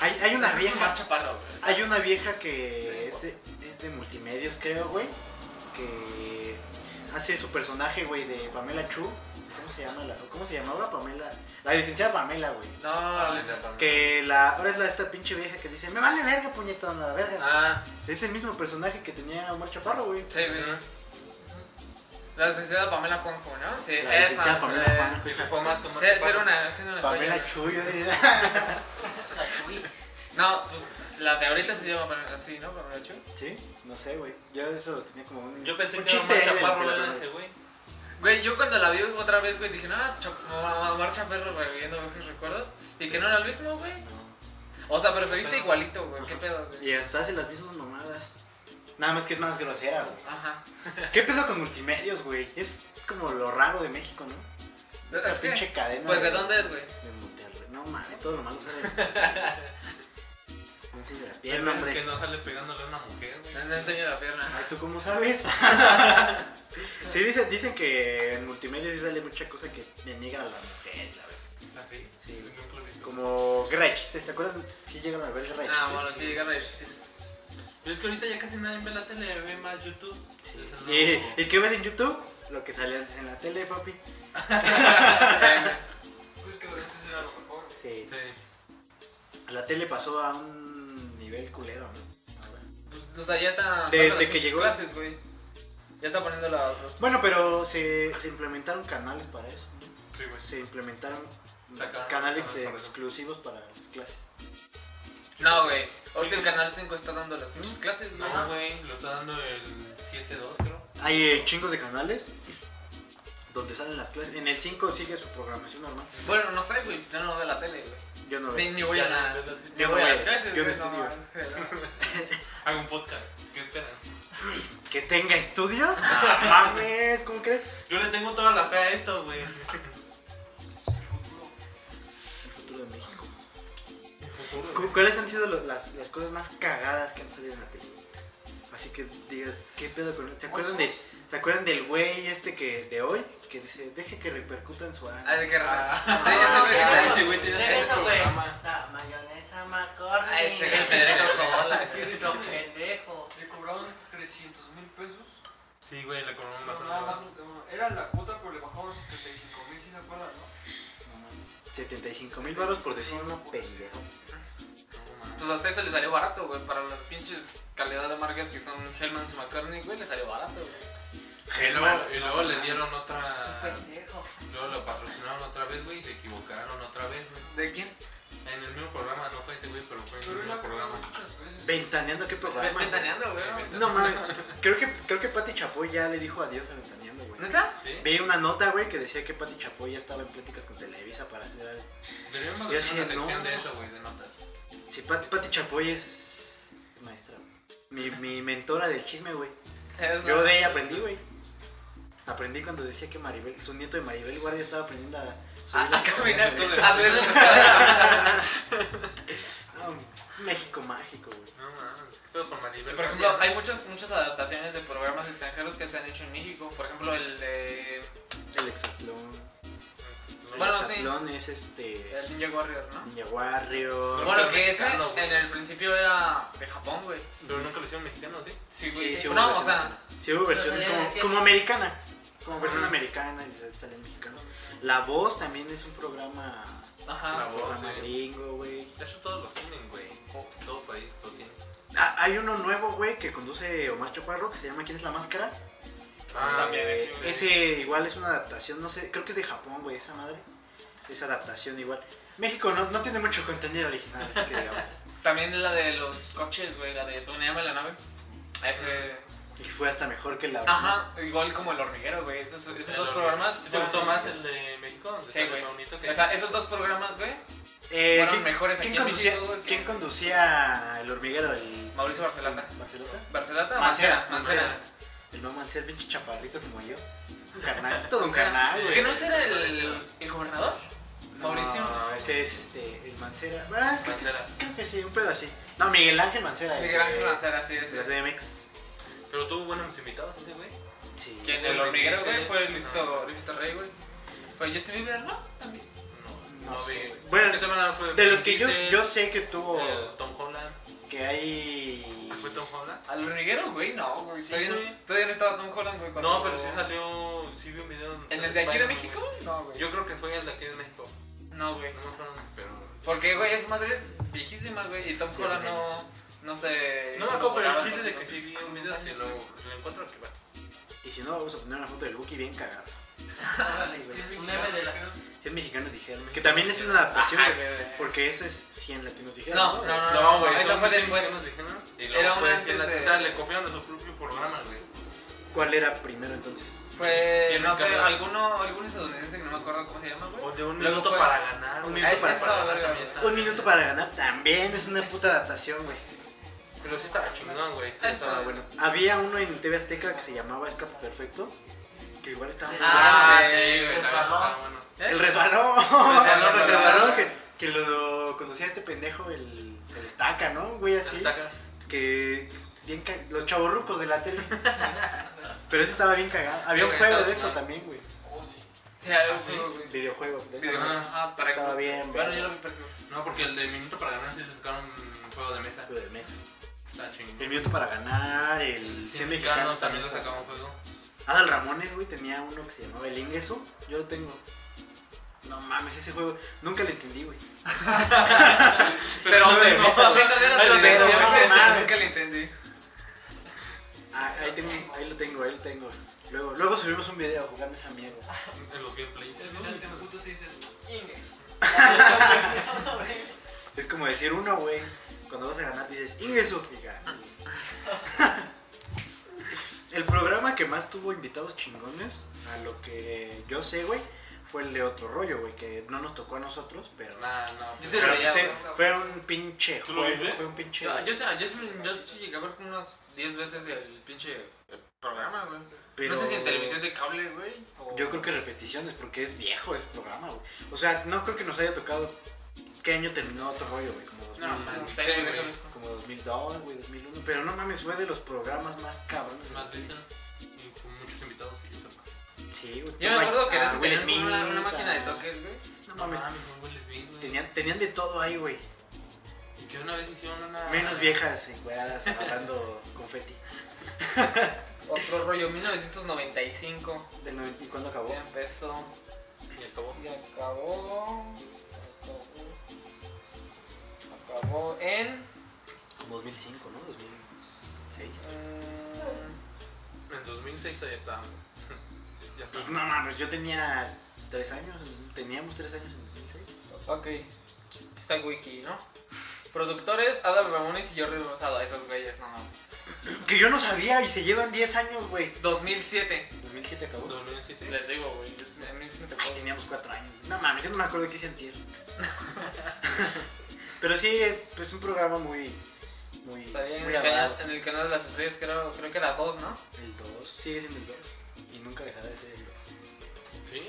Speaker 4: Hay, hay una
Speaker 1: Es un
Speaker 4: vieja.
Speaker 1: mal chaparro, güey.
Speaker 4: Hay una vieja que es de, es de multimedios, creo, güey. Que hace su personaje, güey, de Pamela Chu. ¿Cómo se llama la? ¿Cómo se llamaba Pamela? La licenciada Pamela, güey.
Speaker 1: No,
Speaker 3: Ah,
Speaker 1: les-
Speaker 4: Que la, ahora es la esta pinche vieja que dice, me vale verga, puñetón, la verga.
Speaker 3: Ah,
Speaker 4: Es el mismo personaje que tenía Omar Chaparro, güey.
Speaker 1: sí, güey. La licenciada Pamela Juanjo, ¿no? Sí,
Speaker 4: La licenciada
Speaker 1: esa.
Speaker 4: Pamela
Speaker 1: eh,
Speaker 4: Juanjo.
Speaker 3: se fue más con Marcha
Speaker 1: Ser, ser
Speaker 3: Parro.
Speaker 1: una, ser una joya,
Speaker 4: Pamela
Speaker 1: güey.
Speaker 4: Chu, yo decía.
Speaker 5: La chuy.
Speaker 1: No, pues la de ahorita se llama Pamela- así, ¿no? Pamela Chu.
Speaker 4: Sí, no sé, güey. Yo eso lo tenía como un.
Speaker 3: Yo pensé
Speaker 4: un
Speaker 3: que era
Speaker 4: chiste
Speaker 3: Marcha
Speaker 4: él,
Speaker 3: Parro,
Speaker 4: pero
Speaker 3: era
Speaker 4: no.
Speaker 3: ese güey.
Speaker 1: Güey, yo cuando la vi otra vez, güey, dije, no, es Cha- Ma- Ma- Marcha Perro reviviendo viejos recuerdos. Y que no era el mismo, güey. O sea, pero se viste
Speaker 3: Pero-
Speaker 1: igualito, güey. ¿Qué pedo, güey?
Speaker 4: Y hasta hace las mismas mamadas. Nada más que es más grosera, güey.
Speaker 1: Ajá.
Speaker 4: ¿Qué pedo con multimedios, güey? Es como lo raro de México, ¿no? Esta
Speaker 1: Es que-
Speaker 4: pinche cadena.
Speaker 1: Pues de dónde es, güey.
Speaker 4: De Monterrey. No mames, todo lo malo sale. parte de la
Speaker 3: Hay
Speaker 4: pierna,
Speaker 3: veces
Speaker 4: hombre.
Speaker 3: que no sale pegándole a una mujer, güey.
Speaker 1: No no enseño la pierna.
Speaker 4: Ay, ¿tú cómo sabes? sí, dicen, dicen que en multimedia sí sale mucha cosa que le niegan a la mujer, la verdad.
Speaker 3: Así.
Speaker 4: Sí.
Speaker 3: Nunca lo he visto.
Speaker 4: Como guerra de chistes, ¿se acuerdan? Sí llegaron a ver guerra de chistes.
Speaker 1: Ah, bueno, sí, garra de chistes.
Speaker 3: Pero es que ahorita ya casi nadie ve la tele, ve más YouTube.
Speaker 4: Sí.
Speaker 3: Es el nuevo-
Speaker 4: ¿Y, y qué ves en YouTube? Lo que sale antes en la tele, papi.
Speaker 2: Pues que antes era lo mejor.
Speaker 4: Sí.
Speaker 3: Sí.
Speaker 4: La tele pasó a un nivel culero, ¿no? Ahora.
Speaker 1: Pues, O sea, ya está.
Speaker 4: Desde
Speaker 1: dando las
Speaker 4: que
Speaker 1: pinches
Speaker 4: llegó.
Speaker 1: clases, güey. Ya está poniendo la- los.
Speaker 4: Bueno, pero se, se implementaron canales para eso.
Speaker 3: Sí, güey.
Speaker 4: Se implementaron canales
Speaker 3: Sacaron canales para eso.
Speaker 4: exclusivos para las clases.
Speaker 1: No, güey. Ahorita el canal 5 está dando las pinches
Speaker 4: Mm.
Speaker 1: clases, güey.
Speaker 4: Ah,
Speaker 3: No, güey, lo está dando el 7-2, creo.
Speaker 4: Hay eh, chingos de canales donde salen las clases. En el 5 sigue su programación normal.
Speaker 1: Bueno, no sé, güey. Yo no veo la tele, güey.
Speaker 4: Yo no
Speaker 1: Ni-
Speaker 4: veo.
Speaker 1: Ni voy a
Speaker 3: Ya
Speaker 1: la.
Speaker 3: no, no, no.
Speaker 1: Ni
Speaker 4: Yo
Speaker 1: voy
Speaker 4: no
Speaker 1: a las
Speaker 4: veo,
Speaker 1: clases,
Speaker 4: yo no
Speaker 1: güey. No,
Speaker 4: estudio.
Speaker 1: mames, que no.
Speaker 3: Hago un podcast. ¿Qué esperan?
Speaker 4: ¿Que tenga estudios? Mames, ¿cómo crees?
Speaker 3: Yo le tengo toda la fe a esto, güey.
Speaker 4: El futuro de México. ¿Cu- ¿Cuáles han sido lo- las, las cosas más cagadas que han salido en la tele? Así que digas, ¿qué pedo con ¿Se acuerdan, de, ¿se acuerdan del güey este que de hoy? Que dice, deje que repercuta en su ano.
Speaker 1: Ah, de que
Speaker 3: Ah.
Speaker 1: Sí, ese güey que está-
Speaker 3: ese güey tiene
Speaker 5: Deja eso,
Speaker 3: ese
Speaker 5: güey.
Speaker 3: programa.
Speaker 5: La mayonesa
Speaker 1: Ah, ese güey
Speaker 5: McCormick.
Speaker 1: te deja sola.
Speaker 5: Lo pendejo.
Speaker 2: Le cobraron 300 mil pesos.
Speaker 3: Sí, güey, le cobraron
Speaker 2: No,
Speaker 3: bastante.
Speaker 2: nada más. no, Era la cuota, pero le bajaron 75 mil, si se acuerdan, ¿no?
Speaker 4: No mames. 75 mil baros por decir una pendejo.
Speaker 3: No, mames.
Speaker 1: Pues hasta eso le salió barato, güey. Para las pinches calidad de marcas que son Hellman's y McCartney, güey, le salió barato, güey.
Speaker 3: Y luego, y luego les dieron
Speaker 5: Un
Speaker 3: otra.
Speaker 5: pendejo.
Speaker 3: Luego lo patrocinaron otra vez, güey, y se equivocaron otra vez, güey.
Speaker 1: ¿De quién?
Speaker 3: En el mismo programa, no fue ese güey, pero fue en el
Speaker 2: Pero él la
Speaker 3: mismo
Speaker 2: ha cobrado
Speaker 3: programa.
Speaker 2: muchas veces.
Speaker 4: Ventaneando, ¿qué programa? güey?
Speaker 1: Ventaneando, güey.
Speaker 4: No mames. Creo que, creo que Pati Chapoy ya le dijo adiós a Ventaneando, güey.
Speaker 1: ¿Neta?
Speaker 3: ¿Sí?
Speaker 4: Vi una nota, güey, que decía que Pati Chapoy ya estaba en pláticas con Televisa para hacer algo.
Speaker 3: Deberíamos
Speaker 4: Yo
Speaker 3: hacer
Speaker 4: sí,
Speaker 3: una
Speaker 4: no.
Speaker 3: sección de eso, güey, de notas.
Speaker 4: Sí, Pat- Pati Chapoy es, es maestra, güey. Mi, mi mentora del chisme, güey.
Speaker 1: ¿Sabes?
Speaker 4: Yo
Speaker 1: Pues no?
Speaker 4: de ella aprendí, güey. Aprendí cuando decía que Maribel, su nieto de Maribel Guardia estaba aprendiendo a
Speaker 1: A,
Speaker 4: subir
Speaker 1: a
Speaker 4: las
Speaker 1: caminar,
Speaker 4: escaleras,
Speaker 1: a
Speaker 4: güey.
Speaker 1: subir las-
Speaker 4: No, México mágico, güey.
Speaker 3: No mames, ¿qué pedo con Maribel?
Speaker 1: Por ejemplo, hay muchas, muchas adaptaciones de programas extranjeros que se han hecho en México. Por ejemplo, el de.
Speaker 4: El exatlón.
Speaker 1: Bueno,
Speaker 4: el
Speaker 1: sí.
Speaker 4: exatlón es este.
Speaker 1: El Ninja Warrior, ¿no?
Speaker 4: Ninja Warrior.
Speaker 1: Bueno, que ese
Speaker 3: Mexicano, güey.
Speaker 1: en el principio era de Japón, güey.
Speaker 3: Pero nunca lo hicieron mexicano, ¿sí?
Speaker 1: Sí, güey.
Speaker 4: sí, sí hubo
Speaker 1: no, o
Speaker 4: versión
Speaker 1: sea,
Speaker 4: mexicana. Sí hubo versión
Speaker 5: salía en el
Speaker 4: como,
Speaker 5: cielo.
Speaker 4: como americana. Como versión
Speaker 1: Ajá.
Speaker 4: americana y sale en mexicano. La voz también es un programa.
Speaker 1: Ah, ajá.
Speaker 3: La voz,
Speaker 4: programa
Speaker 3: sí.
Speaker 4: gringo, güey.
Speaker 3: Eso todos lo tienen, güey. Oh, Todo país lo tiene.
Speaker 4: Ah, hay uno nuevo, güey, que conduce Omar Chaparro que se llama ¿Quién es la máscara?
Speaker 3: Ah,
Speaker 4: También
Speaker 3: güey.
Speaker 4: ese, igual es una adaptación, no sé, creo que es de Japón, güey, esa madre. Esa adaptación igual. México no, no tiene mucho contenido original, así que digamos.
Speaker 1: También la de los coches, güey, la de Planeame la nave. Ese.
Speaker 4: Y fue hasta mejor que la original.
Speaker 1: Ajá, igual como el hormiguero, güey. Esos, esos dos programas.
Speaker 3: ¿Te gustó
Speaker 1: fueron-
Speaker 3: más el de México? donde
Speaker 1: Sí,
Speaker 3: sale
Speaker 1: güey.
Speaker 3: Maunito que-
Speaker 1: O sea, esos dos programas, güey,
Speaker 4: Eh,
Speaker 1: fueron
Speaker 4: ¿quién,
Speaker 1: mejores
Speaker 4: quién
Speaker 1: aquí en
Speaker 4: conducía,
Speaker 1: México, güey. que-
Speaker 4: ¿Quién conducía el hormiguero? El...
Speaker 1: Mauricio Barcelata.
Speaker 4: ¿Barcelota?
Speaker 1: ¿Barcelata o
Speaker 4: Mancera,
Speaker 1: Mancera? Mancera.
Speaker 4: El no Mancera, pinche chaparrito como yo. Un carnal, todo un carnal, güey.
Speaker 1: ¿Que no ese era el, el gobernador? Mauricio.
Speaker 4: No, ese es este, el Mancera. Ah, creo, que,
Speaker 1: Mancera.
Speaker 4: creo que sí, un pedo así. No, Miguel Ángel Mancera. el
Speaker 1: Miguel Ángel
Speaker 4: de-
Speaker 1: Mancera, sí,
Speaker 4: de La
Speaker 1: ese.
Speaker 4: CDMX.
Speaker 3: Pero tuvo buenos invitados ese, güey.
Speaker 4: Sí.
Speaker 1: Que en el hormiguero, güey, fue Luisito, Luisito Rey, güey. Fue Justin Bieber, ¿no? También.
Speaker 3: No,
Speaker 4: No
Speaker 3: no,
Speaker 4: sé,
Speaker 3: vi.
Speaker 4: güey. Bueno,
Speaker 3: Esa semana fue
Speaker 4: De los que yo,
Speaker 3: Diesel,
Speaker 4: yo sé que tuvo.
Speaker 3: eh, Tom Holland.
Speaker 4: Que hay.
Speaker 3: ¿Fue Tom Holland?
Speaker 1: ¿Al hormiguero, güey? No, güey.
Speaker 3: Sí,
Speaker 1: todavía, no,
Speaker 3: güey.
Speaker 1: todavía no estaba Tom Holland, güey. cuando-
Speaker 3: No, pero sí salió. Sí vi un video. donde
Speaker 1: ¿En
Speaker 3: sale
Speaker 1: el de aquí de
Speaker 3: Spider-Man,
Speaker 1: México? No,
Speaker 3: güey.
Speaker 1: güey.
Speaker 3: Yo creo que fue el de aquí de México.
Speaker 1: No, güey.
Speaker 3: No me acuerdo, pero.
Speaker 1: Porque, güey, esa madre es viejísima, güey. Y Tom
Speaker 4: Sí,
Speaker 1: Holland
Speaker 4: apenas.
Speaker 1: no, no se.
Speaker 3: No me
Speaker 1: se
Speaker 3: acuerdo, pero el
Speaker 1: enamoraba
Speaker 3: chiste de
Speaker 1: con-
Speaker 3: que sí vi un video. Si lo, si lo encuentro, aquí va.
Speaker 4: Y si no, vamos a poner una foto del Buki bien cagada.
Speaker 5: Sí, Un meme de la.
Speaker 4: 100 mexicanos dijeron. Que también es una adaptación,
Speaker 1: Ajá,
Speaker 4: güey,
Speaker 1: güey, güey.
Speaker 4: Porque eso es 100 latinos dijeron.
Speaker 1: No, no, no, no,
Speaker 3: No,
Speaker 1: güey.
Speaker 3: güey,
Speaker 1: Eso
Speaker 3: son
Speaker 1: fue
Speaker 3: muchos
Speaker 1: después.
Speaker 3: mexicanos dijeron, Y
Speaker 1: Era
Speaker 3: luego
Speaker 1: una
Speaker 3: fue
Speaker 1: antes
Speaker 3: haciendo-
Speaker 1: de-
Speaker 3: O sea, le copiaron de su propio programa, güey.
Speaker 4: ¿Cuál era primero entonces?
Speaker 1: Fue,
Speaker 3: Sí,
Speaker 1: Pues, no sé,
Speaker 3: Ricardo.
Speaker 1: alguno, algún estadounidense que no me acuerdo cómo se llama,
Speaker 3: O
Speaker 1: güey.
Speaker 3: de un
Speaker 1: Luego
Speaker 3: minuto
Speaker 1: fue-
Speaker 3: para ganar.
Speaker 4: Un
Speaker 3: güey.
Speaker 4: minuto para-
Speaker 3: Eso,
Speaker 1: para ganar
Speaker 3: también
Speaker 1: también.
Speaker 3: está.
Speaker 4: Un minuto para ganar también es una puta adaptación, güey.
Speaker 3: Pero sí estaba chingón, güey. Sí
Speaker 1: Eso.
Speaker 3: estaba bueno.
Speaker 4: Había uno en TV Azteca que se llamaba Escape Perfecto. Que igual estaba. muy
Speaker 1: Ah,
Speaker 4: bueno.
Speaker 1: sí,
Speaker 5: sí,
Speaker 1: güey,
Speaker 5: por
Speaker 3: pues,
Speaker 1: también
Speaker 5: favor.
Speaker 1: estaba bueno. ¿Eh?
Speaker 4: El resbalón.
Speaker 1: resbalón,
Speaker 4: El resbalón
Speaker 3: resbalón.
Speaker 4: que, que lo conducía este pendejo, el, el estaca, ¿no? Güey, así.
Speaker 3: Saca.
Speaker 4: Que. Bien ca- Los chavorrucos de la tele. Pero eso estaba bien cagado. Había un
Speaker 3: Güey,
Speaker 4: juego
Speaker 3: estaba
Speaker 4: de eso
Speaker 3: mal.
Speaker 4: también, güey.
Speaker 1: Sí, había un
Speaker 3: ¿Ah, sí?
Speaker 1: juego, güey.
Speaker 4: Videojuego. de esa
Speaker 1: Videojuego.
Speaker 4: madre.
Speaker 1: Ajá, para
Speaker 4: Estaba
Speaker 1: Xbox.
Speaker 4: bien,
Speaker 1: Bueno,
Speaker 4: bien.
Speaker 1: yo lo vi para Xbox.
Speaker 3: No, porque el de Minuto para ganar sí le sacaron un juego de mesa.
Speaker 4: Juego de mesa.
Speaker 3: Está chingón.
Speaker 4: El minuto para ganar, el 100 mexicanos
Speaker 3: también lo
Speaker 4: está.
Speaker 3: sacaban juego.
Speaker 4: Adal Ramones, güey, tenía uno que se llamaba El Ingesu. Yo lo tengo. No mames, ese juego nunca le entendí, güey.
Speaker 1: Pero
Speaker 4: no de
Speaker 1: no,
Speaker 4: mesa,
Speaker 1: no,
Speaker 4: güey.
Speaker 1: no, no,
Speaker 4: Ahí lo
Speaker 1: no,
Speaker 4: tengo,
Speaker 1: no,
Speaker 4: no,
Speaker 1: no,
Speaker 4: mames.
Speaker 1: Nunca le entendí.
Speaker 4: Ah, ahí, tengo, ahí lo tengo, ahí lo tengo. Luego, luego subimos un video jugando esa mierda.
Speaker 3: En los gameplays.
Speaker 2: Terminan te putos y dices, Ingex.
Speaker 4: Es como decir uno, güey. Cuando vas a ganar dices Ingesu. Y ganas. El programa que más tuvo invitados chingones, a lo que yo sé, güey, fue el de otro rollo, güey, que no nos tocó a nosotros, pero.
Speaker 3: Nah,
Speaker 1: Yo
Speaker 3: no.
Speaker 1: Ah, sí
Speaker 4: pero
Speaker 1: lo
Speaker 4: pues,
Speaker 1: veía,
Speaker 4: eh,
Speaker 1: güey.
Speaker 4: fue un pinche
Speaker 3: ¿Tú lo
Speaker 4: juego,
Speaker 3: viste?
Speaker 4: Fue un pinche.
Speaker 1: Yo, yo, yo, sí me- yo sí llegué a ver como unas 10 veces el pinche eh, programa, güey.
Speaker 4: pero-
Speaker 1: No sé si en televisión de cable, güey. o-
Speaker 4: Yo creo que repeticiones, porque es viejo ese programa, güey. O sea, no creo que nos haya tocado. ¿Qué año terminó otro rollo, güey? Como, 2000,
Speaker 1: No, man,
Speaker 3: Sí,
Speaker 1: serio,
Speaker 3: güey.
Speaker 1: güey.
Speaker 4: como 2002, güey, 2001. Pero no mames, fue de los programas más cabrones. de
Speaker 3: Más
Speaker 4: la tele.
Speaker 3: vista. Y con muchos invitados y yo tampoco.
Speaker 4: Sí, güey.
Speaker 1: Yo me acuerdo que en
Speaker 4: Ah,
Speaker 1: ese
Speaker 4: Will
Speaker 1: tenían una,
Speaker 4: Smith,
Speaker 1: una máquina de
Speaker 4: ah,
Speaker 1: toques, güey.
Speaker 4: No mames,
Speaker 3: muy buen lesbín, güey.
Speaker 4: tenían, tenían de todo ahí, güey.
Speaker 3: Y que una vez hicieron una.
Speaker 4: Menos viejas encueradas agarrando confeti.
Speaker 1: Otro rollo, 1995.
Speaker 4: Del 90 ¿Y cuándo acabó?
Speaker 1: Ya empezó.
Speaker 3: Y acabó.
Speaker 1: Y acabó. Acabó, acabó en.
Speaker 4: Como 2005, ¿no? 2006.
Speaker 1: mm,
Speaker 3: En 2006 ahí estábamos. ya está.
Speaker 4: Pues no mames, yo tenía 3 años. Teníamos 3 años en 2006.
Speaker 1: ok. Está en wiki, ¿no? Productores, Adam Ramones y Jordi Rosado. Esos güeyes, no mames.
Speaker 4: Que yo no sabía y se llevan 10 años, güey.
Speaker 1: 2007.
Speaker 4: 2007 acabó.
Speaker 3: 2007.
Speaker 1: Les digo, güey. es- A mí sí me tocó.
Speaker 4: Ay, teníamos 4 años. No mames, yo no me acuerdo qué sentir. Pero sí, es pues, un programa muy. Muy.
Speaker 1: Salía en
Speaker 4: muy
Speaker 1: el,
Speaker 4: hablado.
Speaker 1: canal, en el canal de las estrellas, creo, creo que era 2, ¿no?
Speaker 4: El 2. Sigue siendo el 2. Y nunca dejará de ser el 2.
Speaker 3: ¿Sí?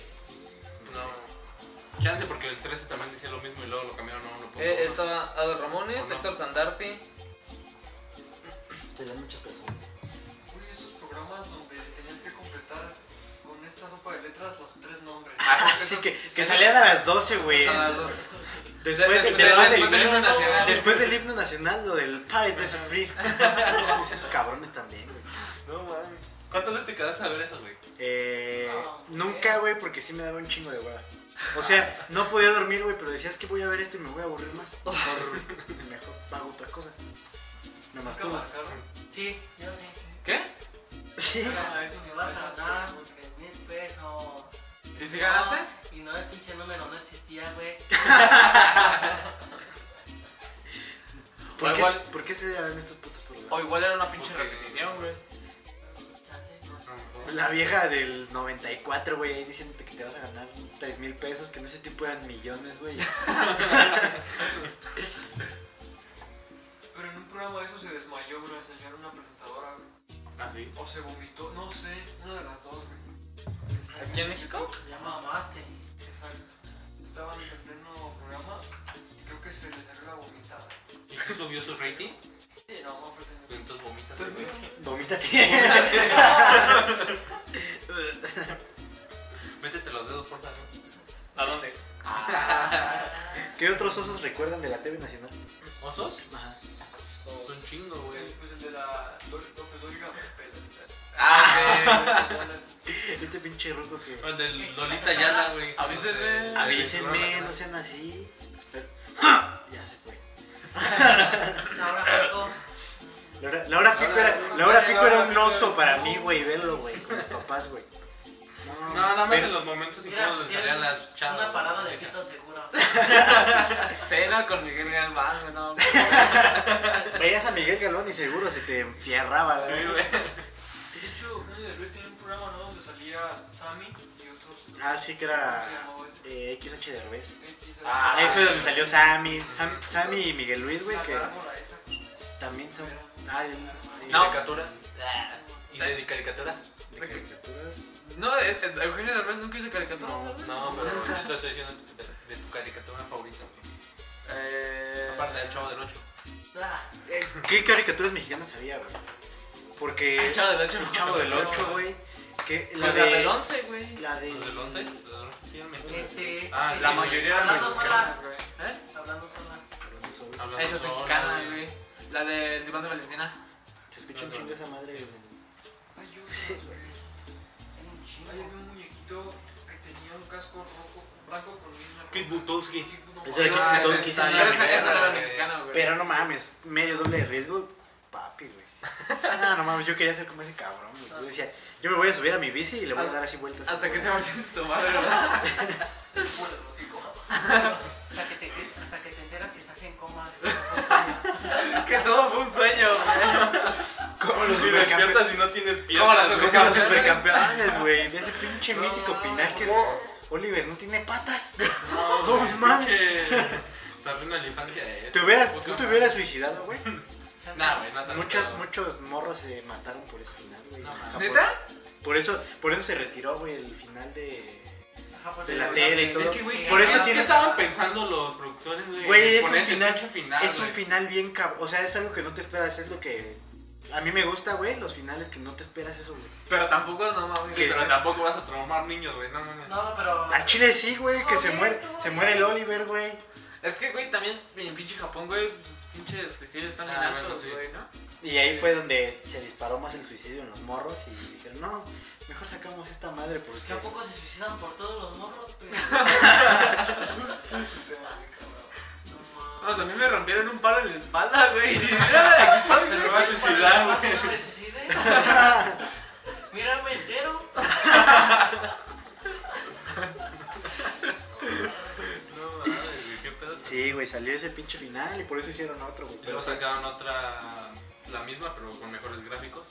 Speaker 3: No. Chance porque el 13 también decía lo mismo y luego lo cambiaron a 1.1.
Speaker 1: Eh, estaba Adol Ramones,
Speaker 3: ¿O no?
Speaker 1: Héctor Sandarti.
Speaker 4: Te dan muchas personas.
Speaker 2: Uy, esos programas donde tenías que completar con esta sopa de letras los tres nombres.
Speaker 4: Así Ah, que, que salían a las 12, güey.
Speaker 1: A las dos.
Speaker 4: Después, del-
Speaker 1: Después del- después
Speaker 4: después del-
Speaker 1: del himno nacional.
Speaker 4: después del himno nacional, lo del Pare de sufrir. Esos cabrones también, güey.
Speaker 3: No mames. ¿Cuántas veces te quedaste a ver eso, güey?
Speaker 4: Eh,
Speaker 1: No,
Speaker 4: nunca, güey, porque sí me daba un chingo de hueva. O sea, no podía dormir, güey, pero decías que voy a ver esto y me voy a aburrir más. Mejor, mejor hago otra cosa. Me
Speaker 2: Nunca
Speaker 4: masturbo.
Speaker 2: marcaron.
Speaker 5: Sí, yo sí.
Speaker 1: ¿Qué?
Speaker 4: Sí.
Speaker 2: Ah, esos
Speaker 5: Me vas a
Speaker 2: esos
Speaker 5: dar
Speaker 2: programas.
Speaker 5: tres mil pesos.
Speaker 1: ¿Y si ganaste?
Speaker 5: No, y no, el pinche número no existía, güey.
Speaker 4: ¿Por
Speaker 1: O
Speaker 4: qué,
Speaker 1: igual-
Speaker 4: ¿Por qué se harán estos putos
Speaker 1: O
Speaker 4: programas?
Speaker 1: igual era una pinche
Speaker 3: Porque-
Speaker 1: repetición, güey.
Speaker 5: Chance.
Speaker 4: La vieja del 94, güey, ahí diciéndote que te vas a ganar 3 mil pesos, que en ese tiempo eran millones, güey.
Speaker 2: Pero en un programa de eso se desmayó una señora, una presentadora, güey.
Speaker 3: Ah, sí.
Speaker 2: O se vomitó, no sé, una de las dos, güey.
Speaker 1: ¿Aquí en México?
Speaker 5: Ya mamaste.
Speaker 2: Exacto. Estaban en el pleno programa y creo que se les salió la vomitada.
Speaker 3: ¿Y tú subió su rating?
Speaker 2: Sí, no, no pretendí.
Speaker 3: Entonces vomitas.
Speaker 2: Pues,
Speaker 3: güey.
Speaker 2: mira.
Speaker 4: Vomítate.
Speaker 3: Métete los dedos por la
Speaker 1: ¿A dónde?
Speaker 4: ¿Qué otros osos recuerdan de la TV Nacional?
Speaker 3: ¿Osos?
Speaker 4: Ajá.
Speaker 3: Son chingo, güey.
Speaker 2: Pues el de la López Oiga me pela.
Speaker 1: Ah,
Speaker 4: Este pinche rojo que.
Speaker 3: O El del Lolita Yala, güey.
Speaker 1: Avísenme.
Speaker 4: Avísenme, no sean así. Ya se fue.
Speaker 5: Ahora juego.
Speaker 4: Laura, Laura Pico era, Laura Pico era un oso para mí, güey, verlo, güey, con mis papás, güey.
Speaker 3: No, nada más
Speaker 4: Pero-
Speaker 3: en los momentos
Speaker 5: Mira,
Speaker 3: incómodos donde
Speaker 5: tiene
Speaker 3: salían las chavas.
Speaker 5: Una parada de
Speaker 3: güey.
Speaker 5: pito segura.
Speaker 1: sí. Cena con Miguel Galván, güey, no.
Speaker 4: Veías a Miguel Galván y seguro se te enfierraba,
Speaker 3: Sí,
Speaker 4: güey.
Speaker 3: güey.
Speaker 2: De hecho, Eugenio Derbez tenía un programa, ¿no? Donde salía Sammy y otros.
Speaker 4: Ah, sí que era
Speaker 2: ¿Cómo se llamaba este?
Speaker 4: eh, XH Derbez.
Speaker 2: X,
Speaker 3: Ah,
Speaker 4: Ahí fue donde
Speaker 3: sí.
Speaker 4: salió Sammy, Sam- Sammy y Miguel Luis, güey,
Speaker 2: la
Speaker 4: que
Speaker 2: gárgola esa.
Speaker 4: también son... Ah,
Speaker 3: Y
Speaker 4: y-
Speaker 1: No.
Speaker 3: caricatura. Y de caricaturas.
Speaker 4: ¿De
Speaker 1: ¿De qué?
Speaker 4: caricaturas?
Speaker 1: No, este, Eugenio Derbez nunca hizo caricaturas,
Speaker 4: No,
Speaker 1: ¿sabes?
Speaker 3: No, pero esto estoy diciendo de, de tu caricatura favorita. güey.
Speaker 1: Eh...
Speaker 3: Aparte del Chavo del Ocho.
Speaker 5: Ah,
Speaker 4: Eh, ¿Qué caricaturas mexicanas había, güey? Porque
Speaker 1: El Chavo del Ocho.
Speaker 4: el Chavo del Ocho, güey. Que
Speaker 1: La,
Speaker 4: la
Speaker 1: de... la del
Speaker 4: de.
Speaker 1: 11, güey.
Speaker 4: La de.
Speaker 3: ¿Los del 11? ¿Los del 11 sí eran mexicanos?
Speaker 5: Este,
Speaker 3: Ah,
Speaker 5: este,
Speaker 3: la mayoría eran
Speaker 5: Hablando
Speaker 3: mexicanos.
Speaker 5: sola,
Speaker 1: güey. ¿Eh?
Speaker 5: hablando sola.
Speaker 3: Hablando
Speaker 1: Esa es
Speaker 3: sola,
Speaker 1: mexicana, güey. La del diván de Valentina.
Speaker 4: Se escucha un chingo esa madre, güey.
Speaker 2: Hay
Speaker 4: Sí,
Speaker 2: unas, güey.
Speaker 5: Hay un chingo.
Speaker 2: Ahí había un muñequito que tenía un casco rojo, blanco con líneas
Speaker 3: Pete
Speaker 2: rojas.
Speaker 3: Butowski.
Speaker 2: Pete
Speaker 4: Ese era
Speaker 2: Butowski.
Speaker 4: que todos
Speaker 3: esa
Speaker 1: Ah, esa
Speaker 4: quisieran
Speaker 3: está-
Speaker 1: era esa-
Speaker 4: la
Speaker 1: esa
Speaker 4: primera,
Speaker 1: era la
Speaker 3: güey.
Speaker 1: mexicana, güey.
Speaker 4: Pero no mames, medio doble de riesgo, papi, güey. Ah, No, no mames, yo quería ser como ese cabrón, güey. Yo decía, yo me voy a subir a mi bici y le voy a dar así vueltas.
Speaker 1: Ah, Hasta que te mataste tu madre, ¿verdad?
Speaker 2: Bueno, los cinco.
Speaker 5: Hasta que, te, hasta que te enteras que estás en coma.
Speaker 1: que todo fue un sueño, güey.
Speaker 4: Como los
Speaker 3: Si
Speaker 4: supercampeones.
Speaker 3: despiertas y no tienes
Speaker 1: ¿Cómo
Speaker 3: piernas.
Speaker 1: las
Speaker 3: güey.
Speaker 4: Como los supercampeones, güey. De ese pinche
Speaker 1: No,
Speaker 4: mítico final que es.
Speaker 1: ¿cómo?
Speaker 4: Oliver no tiene patas. No, mames.
Speaker 3: Se arruina la infancia de eso.
Speaker 4: Te hubieras,
Speaker 3: Puta
Speaker 4: tú te
Speaker 3: madre.
Speaker 4: hubieras suicidado, güey.
Speaker 3: Nah, güey, no tanto.
Speaker 4: Muchos, muchos morros se mataron por ese final, güey.
Speaker 3: No,
Speaker 4: Ajá,
Speaker 1: ¿Neta?
Speaker 4: Por, por eso, por eso se retiró, güey, el final de.
Speaker 5: Ajá, pues,
Speaker 4: De la
Speaker 5: sí,
Speaker 4: tele y todo.
Speaker 3: Es que, güey,
Speaker 4: Por
Speaker 3: ¿qué-
Speaker 4: eso
Speaker 3: ¿qué
Speaker 4: tiene-
Speaker 3: estaban pensando los productores, güey?
Speaker 4: Güey, es
Speaker 3: Con
Speaker 4: un
Speaker 3: ese
Speaker 4: final-
Speaker 3: pinche final.
Speaker 4: es un
Speaker 3: güey?
Speaker 4: final bien cabrón. O sea, es algo que no te esperas. Es lo que. A mí me gusta, güey, los finales que no te esperas eso, güey.
Speaker 1: Pero tampoco, no mames.
Speaker 3: Sí,
Speaker 4: que-
Speaker 3: pero tampoco vas a traumar niños, güey. No, no, no.
Speaker 5: No, pero.
Speaker 4: Al chile sí, güey, que se muere, se muere el Oliver, güey.
Speaker 1: Es que, güey, también en pinche Japón, güey, pues, pinches suicidios están bien
Speaker 3: Ah,
Speaker 1: altos,
Speaker 3: bueno, sí.
Speaker 1: güey, ¿no?
Speaker 4: Y ahí fue donde se disparó más el suicidio en los morros y dijeron, no, mejor sacamos esta madre porque
Speaker 5: Es pues, que a poco se suicidan por todos los morros, pues. pero.
Speaker 1: No, o sea, a mí me rompieron un palo en la espalda, güey. Y mira, aquí estoy,
Speaker 3: Me
Speaker 1: güey.
Speaker 3: va a suicidar, güey.
Speaker 5: güey. me suicidé? Mírame entero.
Speaker 3: No, mames, güey, qué pedo.
Speaker 4: Sí, güey, salió ese pinche final y por eso hicieron otro, güey.
Speaker 3: Y Luego sacaron otra, la misma, pero con mejores gráficos.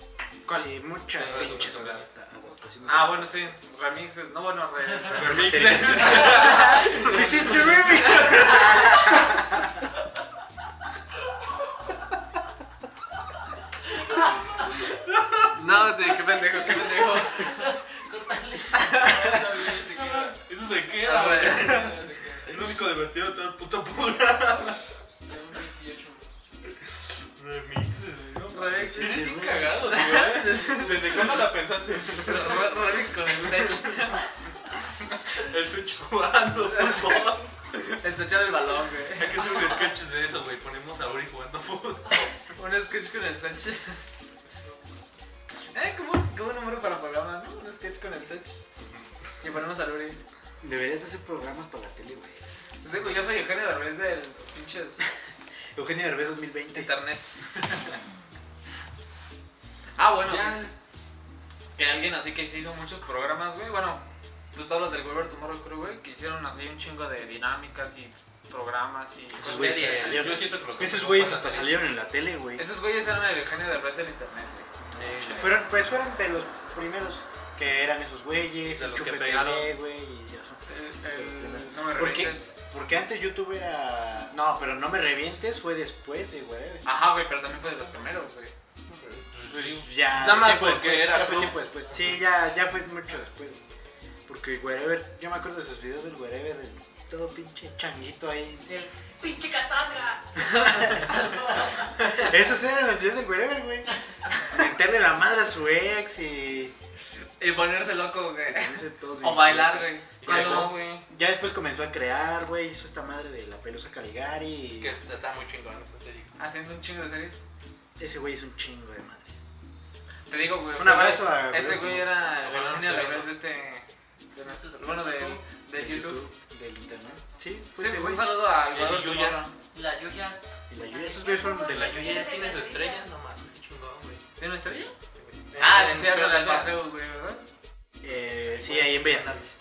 Speaker 1: ¿Cuál?
Speaker 4: Sí, muchas
Speaker 3: Pero eso
Speaker 4: pinches
Speaker 3: me toca.
Speaker 4: adapta- adaptaciones.
Speaker 1: Ah, bueno, sí. Remixes. No, bueno, re, re-
Speaker 3: Remixes.
Speaker 4: This is the remix.
Speaker 1: No, sí, qué pendejo, qué pendejo.
Speaker 5: Cortale.
Speaker 3: Eso se queda,
Speaker 1: Ah,
Speaker 3: güey.
Speaker 1: güey.
Speaker 3: Es lo único divertido de todo el puto pura. Remixes, ¿no?
Speaker 1: Remixes.
Speaker 3: Eres bien cagado, tío, ¿eh? Desde- ¿Desde cuándo la pensaste?
Speaker 1: Re- Remix con el sech.
Speaker 3: El switch jugando, por favor.
Speaker 1: El sech del balón, güey.
Speaker 3: Hay que hacer un sketch de eso, güey. Ponemos a Ori jugando fútbol.
Speaker 1: Un sketch con el sech. Eh, como, como un número para programa, ¿no? Un sketch con el sech. Y ponemos a Luri.
Speaker 4: Deberías de hacer programas para la tele, güey.
Speaker 1: Sí, güey, yo soy Eugenio Derbez de los pinches
Speaker 4: Eugenio Derbez 2020.
Speaker 1: internet. Ah, bueno,
Speaker 3: Ya.
Speaker 1: sí. Que alguien así que sí hizo muchos programas, güey. Bueno, pues todos los del Wolver Tomorrow Crew, güey, que hicieron así un chingo de dinámicas y programas y...
Speaker 4: Esos güeyes
Speaker 3: Series,
Speaker 4: hasta salieron.
Speaker 3: Yo siento que lo que
Speaker 4: Esos
Speaker 3: pasó
Speaker 4: güeyes
Speaker 3: para
Speaker 4: hasta
Speaker 3: la tele-
Speaker 4: salieron en la tele, güey.
Speaker 1: Esos güeyes eran el Eugenio Derbez del internet,
Speaker 3: Sí, güey.
Speaker 4: Fueron, pues fueron de los primeros que eran esos güeyes,
Speaker 3: De
Speaker 4: el
Speaker 3: los que
Speaker 4: Chufe
Speaker 3: pegaron.
Speaker 4: TV, güey. y ajá.
Speaker 1: güey. El- el-
Speaker 4: Sí,
Speaker 1: no me
Speaker 4: ¿Por qué?
Speaker 1: revientes.
Speaker 4: Porque antes YouTube era. No, pero no me revientes fue después de, güey.
Speaker 1: Ajá, güey, pero también fue de los primeros, güey.
Speaker 4: Pues ya.
Speaker 3: Nada más
Speaker 4: tiempo
Speaker 3: porque
Speaker 4: después,
Speaker 3: era
Speaker 4: ya fue
Speaker 3: club.
Speaker 4: tiempo después. Sí, ya, ya fue mucho después. Porque Wherever, yo me acuerdo de sus videos del Wherever, de todo pinche changuito ahí.
Speaker 5: El pinche Cassandra.
Speaker 4: Esos eran los videos del Wherever, güey. Meterle la madre a su ex y.
Speaker 1: Y ponerse loco, güey.
Speaker 4: ponerse todo
Speaker 1: O
Speaker 4: bien.
Speaker 1: bailar, güey.
Speaker 3: Y
Speaker 4: Cuando-
Speaker 3: luego, güey,
Speaker 4: Ya después comenzó a crear, güey, hizo esta madre de la pelusa Caligari. y
Speaker 3: Que está está muy chingón esa serie.
Speaker 1: Haciendo un chingo de series.
Speaker 4: Ese güey es un chingo de madres.
Speaker 1: Te digo, güey. o
Speaker 4: Un
Speaker 1: sea,
Speaker 4: abrazo a.
Speaker 1: Ese güey era el
Speaker 3: Bueno,
Speaker 1: Eugenio
Speaker 3: está bien,
Speaker 1: Derbez
Speaker 3: ¿no?
Speaker 1: de este... De nuestros, bueno, de, de YouTube.
Speaker 4: Del internet. Sí, fue
Speaker 1: Sí, pues
Speaker 4: ese güey.
Speaker 1: un saludo al
Speaker 3: Y
Speaker 1: Eduardo
Speaker 3: Yuya.
Speaker 1: Yuya.
Speaker 5: Y la Yuya.
Speaker 4: Y la Yuya, esos güeyes fueron de la Yuya.
Speaker 3: Yuya tiene su estrella, nomás, qué chingón, güey.
Speaker 1: ¿Tiene una estrella? Ah, sí, cierto,
Speaker 3: Pero
Speaker 1: del
Speaker 3: ya-
Speaker 1: paseo, güey, ¿verdad?
Speaker 4: Eh, sí, ahí en Bellas Artes.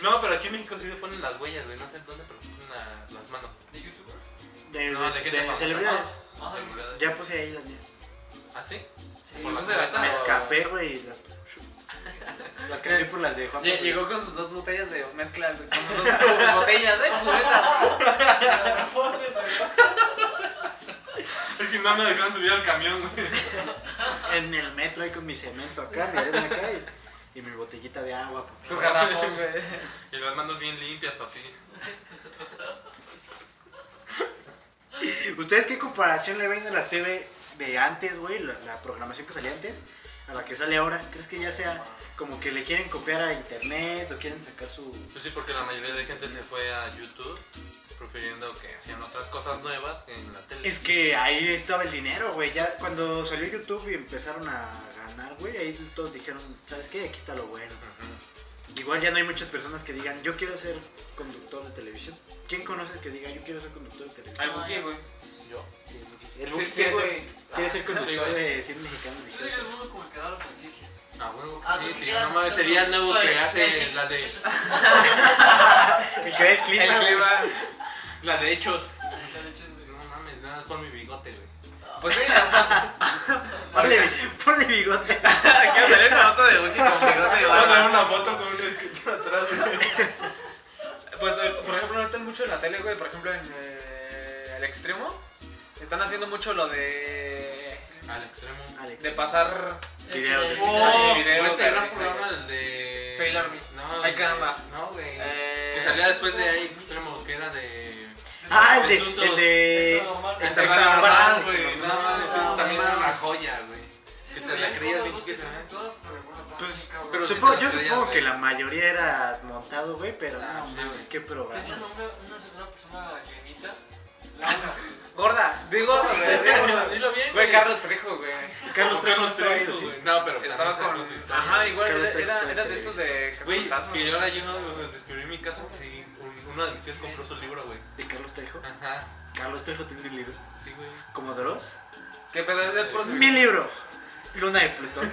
Speaker 3: No, pero aquí en México sí se ponen las huellas, güey. No sé dónde, pero se ponen la- las manos.
Speaker 2: ¿De YouTube?
Speaker 4: De,
Speaker 3: No,
Speaker 4: de-
Speaker 3: de gente
Speaker 4: de
Speaker 3: famosa.
Speaker 4: celebridades.
Speaker 5: Ay,
Speaker 4: Ya puse ahí las mías.
Speaker 3: ¿Ah, sí?
Speaker 1: Sí,
Speaker 3: Por la
Speaker 1: no se la
Speaker 3: cubeta.
Speaker 4: Me
Speaker 1: tapa.
Speaker 4: escapé, güey, y las. Las cambié por las de Juan.
Speaker 1: Lle- Llegó con sus dos botellas de mezcla, güey. Con sus dos botellas de cubetas.
Speaker 3: Es que no me dejaron subir al camión, güey.
Speaker 4: en el metro ahí con mi cemento acá, mi arena acá y, y mi botellita de agua. pues. papi.
Speaker 1: Tu garrafón, güey.
Speaker 3: Y las manos bien limpias, papi.
Speaker 4: ¿Ustedes qué comparación le ven a la TV de antes, güey? La, la programación que salía antes a la que sale ahora. ¿Crees que ya sea como que le quieren copiar a internet o quieren sacar su...
Speaker 3: Pues sí, porque la mayoría de gente se fue a YouTube prefiriendo que hacían otras cosas nuevas que en la tele.
Speaker 4: Es que ahí estaba el dinero, güey. Ya cuando salió YouTube y empezaron a ganar, güey, ahí todos dijeron, ¿sabes qué? Aquí está lo bueno.
Speaker 3: Ujú.
Speaker 4: Igual ya no hay muchas personas que digan, yo quiero ser conductor de televisión. ¿Quién conoces que diga, yo quiero ser conductor de televisión?
Speaker 1: Al buque, güey.
Speaker 3: Yo.
Speaker 4: Sí, el Buki. El
Speaker 1: Sí,
Speaker 4: Buki
Speaker 1: sí,
Speaker 4: quiere ser-
Speaker 1: güey.
Speaker 4: quiere ser conductor
Speaker 3: Ah, Sí, güey.
Speaker 4: de 100 mexicanos.
Speaker 2: Yo soy
Speaker 4: dijeron.
Speaker 2: el mundo como el que da las noticias.
Speaker 3: Ah, huevo.
Speaker 5: Ah,
Speaker 3: sí,
Speaker 5: tú
Speaker 3: sí,
Speaker 5: sí quedas-
Speaker 3: no mames, sería el nuevo que
Speaker 5: Oye,
Speaker 3: hace
Speaker 5: sí.
Speaker 3: la de,
Speaker 4: El que da el clima.
Speaker 1: El
Speaker 4: güey.
Speaker 1: clima.
Speaker 3: la de hechos.
Speaker 2: La leche es
Speaker 3: No mames, nada por mi bigote, güey.
Speaker 1: Pues mira, o sea,
Speaker 4: Ponle, ponle bigote.
Speaker 1: quiero salir una foto de Buki con bigote de barba.
Speaker 3: una foto con un escrito atrás, güey.
Speaker 1: Pues, eh, por ejemplo, ahorita mucho en la tele, güey, por ejemplo, en eh, el extremo, están haciendo mucho lo de.
Speaker 3: Al extremo.
Speaker 4: Alex.
Speaker 1: de pasar.
Speaker 4: Videos de-
Speaker 3: Oh,
Speaker 1: Sí, videos,
Speaker 3: o este gran
Speaker 1: entrevistas,
Speaker 3: programa del de...
Speaker 1: Fail Army.
Speaker 3: No,
Speaker 1: Ay,
Speaker 3: de-
Speaker 1: caramba.
Speaker 3: No, güey.
Speaker 1: Eh,
Speaker 3: Que salía después de ahí, extremo, que era de...
Speaker 4: Ah, el de...
Speaker 3: Presunto.
Speaker 4: El de...
Speaker 2: Eso, normal.
Speaker 4: Está
Speaker 3: Extra
Speaker 4: mal,
Speaker 3: normal,
Speaker 4: güey.
Speaker 3: güey. No,
Speaker 4: No,
Speaker 3: mames,
Speaker 4: no,
Speaker 3: también
Speaker 4: no.
Speaker 3: era una joya, güey.
Speaker 2: Sí,
Speaker 3: que te
Speaker 2: se
Speaker 3: la
Speaker 2: veían
Speaker 3: creías,
Speaker 2: como
Speaker 3: bien
Speaker 2: dos que
Speaker 3: chiquita,
Speaker 2: tres
Speaker 3: ¿eh?
Speaker 2: todas, pero bueno, está
Speaker 4: Pues,
Speaker 2: muy cabrón.
Speaker 3: pero-
Speaker 4: Supongo-
Speaker 3: sí te
Speaker 4: yo
Speaker 3: las creías,
Speaker 4: supongo que
Speaker 3: güey.
Speaker 4: la mayoría era montado, güey, pero
Speaker 3: Ah,
Speaker 4: no
Speaker 3: sí,
Speaker 4: mames,
Speaker 3: güey.
Speaker 4: qué programa.
Speaker 2: Tenía un nombre, una, una persona llenita, Laura.
Speaker 1: Gorda, digo, güey, digo,
Speaker 3: Dilo bien,
Speaker 1: güey, Carlos Trejo, güey.
Speaker 4: Carlos Trejo está ahí,
Speaker 3: Trejo,
Speaker 4: sí.
Speaker 3: güey. No, pero
Speaker 1: Estaba
Speaker 3: también
Speaker 1: con.
Speaker 3: sacó sus historias.
Speaker 1: Ajá, igual,
Speaker 4: Carlos
Speaker 1: era,
Speaker 4: Trejo
Speaker 1: era,
Speaker 4: fue
Speaker 1: era de
Speaker 4: de
Speaker 1: estos de. Casas
Speaker 3: Güey,
Speaker 1: Fantasmas,
Speaker 3: que
Speaker 1: ¿no?
Speaker 3: yo ahora yo no los descubrí en mi casa porque sí, un- uno de mis tíos compró su libro, güey.
Speaker 4: De Carlos Trejo.
Speaker 3: Ajá,
Speaker 4: Carlos Trejo tiene un libro.
Speaker 3: sí, güey.
Speaker 4: ¿Como Dross?
Speaker 1: ¿Qué pedo es de puros-
Speaker 4: Mi libro. Luna de Plutón.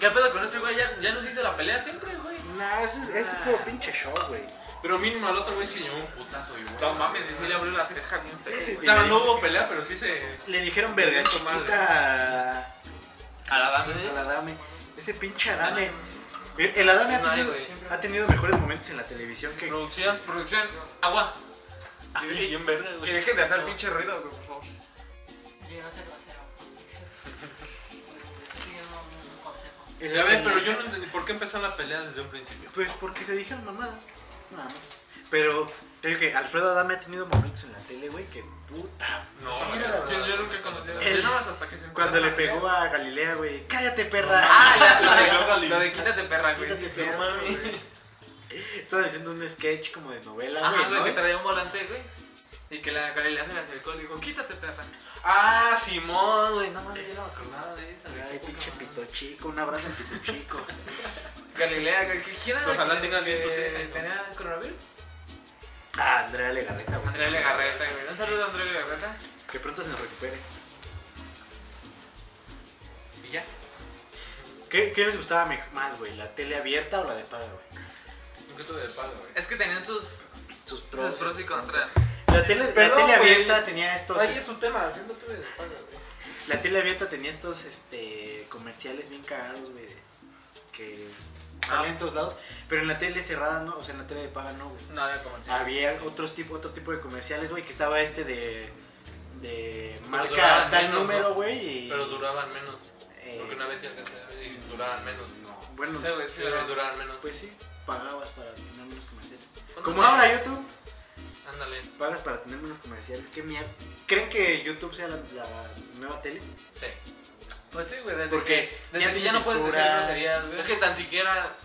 Speaker 1: ¿Qué pedo con ese güey? Ya, ya nos hizo la pelea siempre, güey.
Speaker 4: Nah, eso es, eso es como pinche show, güey.
Speaker 3: Pero mínimo al otro güey se llevó un putazo igual.
Speaker 1: No mames, sí, sí le abrió la ceja bien feo,
Speaker 3: O
Speaker 1: güey.
Speaker 3: sea, no hubo pelea, pero sí se...
Speaker 4: Le dijeron verga
Speaker 3: Derecho, madre.
Speaker 4: chiquita a-
Speaker 1: A la dama.
Speaker 4: al Adame. Ese pinche Adame. El Adame ha
Speaker 3: No hay,
Speaker 4: tenido,
Speaker 3: güey.
Speaker 4: ha tenido mejores momentos en la televisión que...
Speaker 3: Producción.
Speaker 1: Producción, agua.
Speaker 3: Sí, bien verde,
Speaker 1: Y
Speaker 3: güey.
Speaker 1: dejen de hacer pinche ruido, güey, por favor.
Speaker 5: Yo no sé grosero. Eso sí, yo no, un consejo.
Speaker 4: el-
Speaker 3: Ya ves, pero
Speaker 4: el-
Speaker 3: yo no entendí por qué empezó la pelea desde un principio.
Speaker 4: Pues porque se dijeron mamadas. Nada más. Pero... te digo que Alfredo Adame ha tenido momentos en la tele, güey, que puta.
Speaker 3: No,
Speaker 4: Mira,
Speaker 1: Yo, yo nunca conocí a
Speaker 4: El-
Speaker 1: Yo nada más hasta que se
Speaker 4: Cuando
Speaker 1: empezaron
Speaker 4: le
Speaker 1: a
Speaker 4: pegó
Speaker 1: pelear.
Speaker 4: a Galilea, güey. Cállate, perra.
Speaker 1: Ah, ya,
Speaker 3: La de
Speaker 1: lo de,
Speaker 3: Gordalín.
Speaker 1: lo de quitas de perra, güey.
Speaker 4: Quítate,
Speaker 1: sí, sí.
Speaker 4: perra, güey. Estaba haciendo un sketch como de novela, güey.
Speaker 1: Ajá, güey,
Speaker 4: ¿no?
Speaker 1: que traía un volante, güey. Y que la Galilea se le acercó y le dijo, quítate, perra.
Speaker 3: Ah, Simón, güey. No mames, yo no me acordaba de esa. güey,
Speaker 4: Ay,
Speaker 3: qué
Speaker 4: pinche
Speaker 3: poca madre.
Speaker 4: pito chico, un abrazo al pito chico.
Speaker 1: Galilea, güey, que quiera.
Speaker 3: Ojalá
Speaker 1: que-
Speaker 3: tengas bien tu
Speaker 1: que
Speaker 3: ceja, ¿no?
Speaker 1: ¿Tenía coronavirus?
Speaker 4: Ah, Andrea Legarreta, güey.
Speaker 1: Andrea Legarreta, güey. Un saludo a Andrea Legarreta.
Speaker 4: Que pronto se nos recupere.
Speaker 3: Y ya.
Speaker 4: ¿Qué, qué les gustaba me- más, güey? ¿La tele abierta o la de paga, güey?
Speaker 3: Incluso de pago, güey.
Speaker 1: Es que tenían sus,
Speaker 4: Sus pros.
Speaker 1: sus pros y contras.
Speaker 4: La tele, la
Speaker 3: Perdón,
Speaker 4: tele
Speaker 3: güey.
Speaker 4: abierta tenía estos.
Speaker 3: Ahí es un tema, yo no tuve de pago, güey.
Speaker 4: La tele abierta tenía estos este comerciales bien cagados, güey. de- Que salían en todos lados. Pero en la tele cerrada no, o sea, en la tele de paga no, güey.
Speaker 1: No había
Speaker 4: Ah,
Speaker 1: comercial.
Speaker 4: Había otros tipo, otro tipo de comerciales, güey, que estaba este de. de marca
Speaker 3: duraban
Speaker 4: tal
Speaker 3: menos,
Speaker 4: número,
Speaker 3: ¿no?
Speaker 4: güey. y,
Speaker 3: Pero duraban menos.
Speaker 4: eh,
Speaker 3: Porque una vez sí alcancé a ver y duraban menos.
Speaker 4: No, bueno,
Speaker 1: Sí, güey, sí,
Speaker 3: Sí, pero
Speaker 1: era-
Speaker 3: duraban menos.
Speaker 4: pues sí, pagabas para tener menos comerciales.
Speaker 3: ¿Cuánto
Speaker 4: Como
Speaker 3: te-
Speaker 4: ahora YouTube,
Speaker 3: Ándale.
Speaker 4: pagas para tener menos comerciales. ¿Qué mierda? ¿Creen que YouTube sea la, la nueva tele?
Speaker 3: Sí.
Speaker 1: Pues sí, güey, desde
Speaker 4: Porque
Speaker 1: que,
Speaker 4: ya
Speaker 1: desde que
Speaker 4: tiene
Speaker 1: ya no puedes decir
Speaker 4: censura.
Speaker 1: groserías, güey.
Speaker 3: Es que tan siquiera.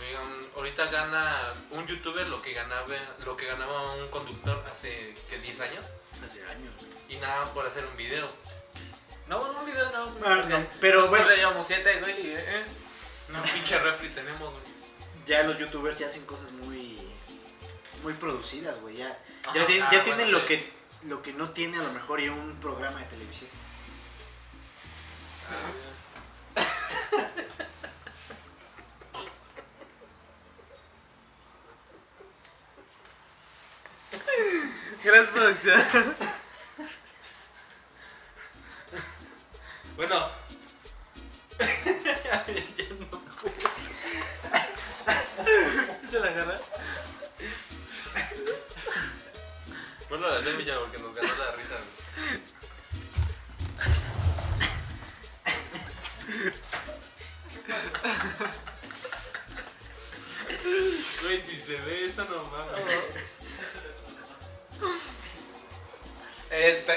Speaker 3: digan, ahorita gana un youtuber lo que ganaba lo que ganaba un conductor hace que 10 años
Speaker 4: Hace años, güey.
Speaker 3: y nada por hacer un video.
Speaker 1: No, no, un video no.
Speaker 4: Ah,
Speaker 1: porque
Speaker 4: no, pero
Speaker 1: nosotros
Speaker 4: bueno.
Speaker 1: ya llevamos siete, güey, y, eh, eh.
Speaker 3: No pinche refri tenemos, güey.
Speaker 4: Ya los YouTubers ya hacen cosas muy. muy producidas, güey. Ya, ya,
Speaker 3: Ajá.
Speaker 4: tienen-
Speaker 3: Ah,
Speaker 4: ya
Speaker 3: bueno,
Speaker 4: tienen
Speaker 3: sí.
Speaker 4: lo que lo que no tiene a lo mejor y un programa de televisión.
Speaker 1: Gracias,
Speaker 3: Bueno,
Speaker 1: Se la agarra.
Speaker 3: bueno la de ya porque nos ganó la risa, güey. se ve eso, no mames.
Speaker 1: Este.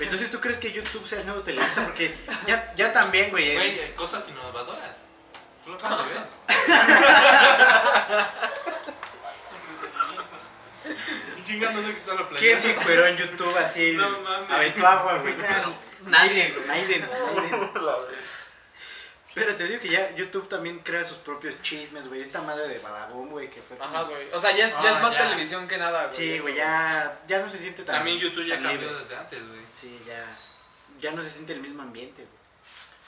Speaker 4: Entonces, ¿tú crees que YouTube sea el nuevo Televisa? Porque ya, ya también, güey. eh,
Speaker 3: Güey, eh, cosas innovadoras. Tú lo acabas de ver. Chingando pues, no quitar la
Speaker 4: ¿Quién
Speaker 3: playera.
Speaker 4: se encueró en YouTube así?
Speaker 3: No mames.
Speaker 4: Aventó agua, güey.
Speaker 1: Nadie, güey.
Speaker 4: Naiden, Naiden. Pero te digo que ya YouTube también crea sus propios chismes, güey. Esta madre de Badabum, güey, que fue.
Speaker 1: Ajá, güey. O sea, ya es, ya es
Speaker 3: Ah,
Speaker 1: más
Speaker 3: ya.
Speaker 1: televisión que nada, güey.
Speaker 4: Sí,
Speaker 1: eso,
Speaker 4: güey, ya, ya no se siente tan.
Speaker 3: También YouTube ya
Speaker 4: tan
Speaker 3: cambió
Speaker 4: libre.
Speaker 3: desde antes, güey.
Speaker 4: Sí, ya. Ya no se siente el mismo ambiente,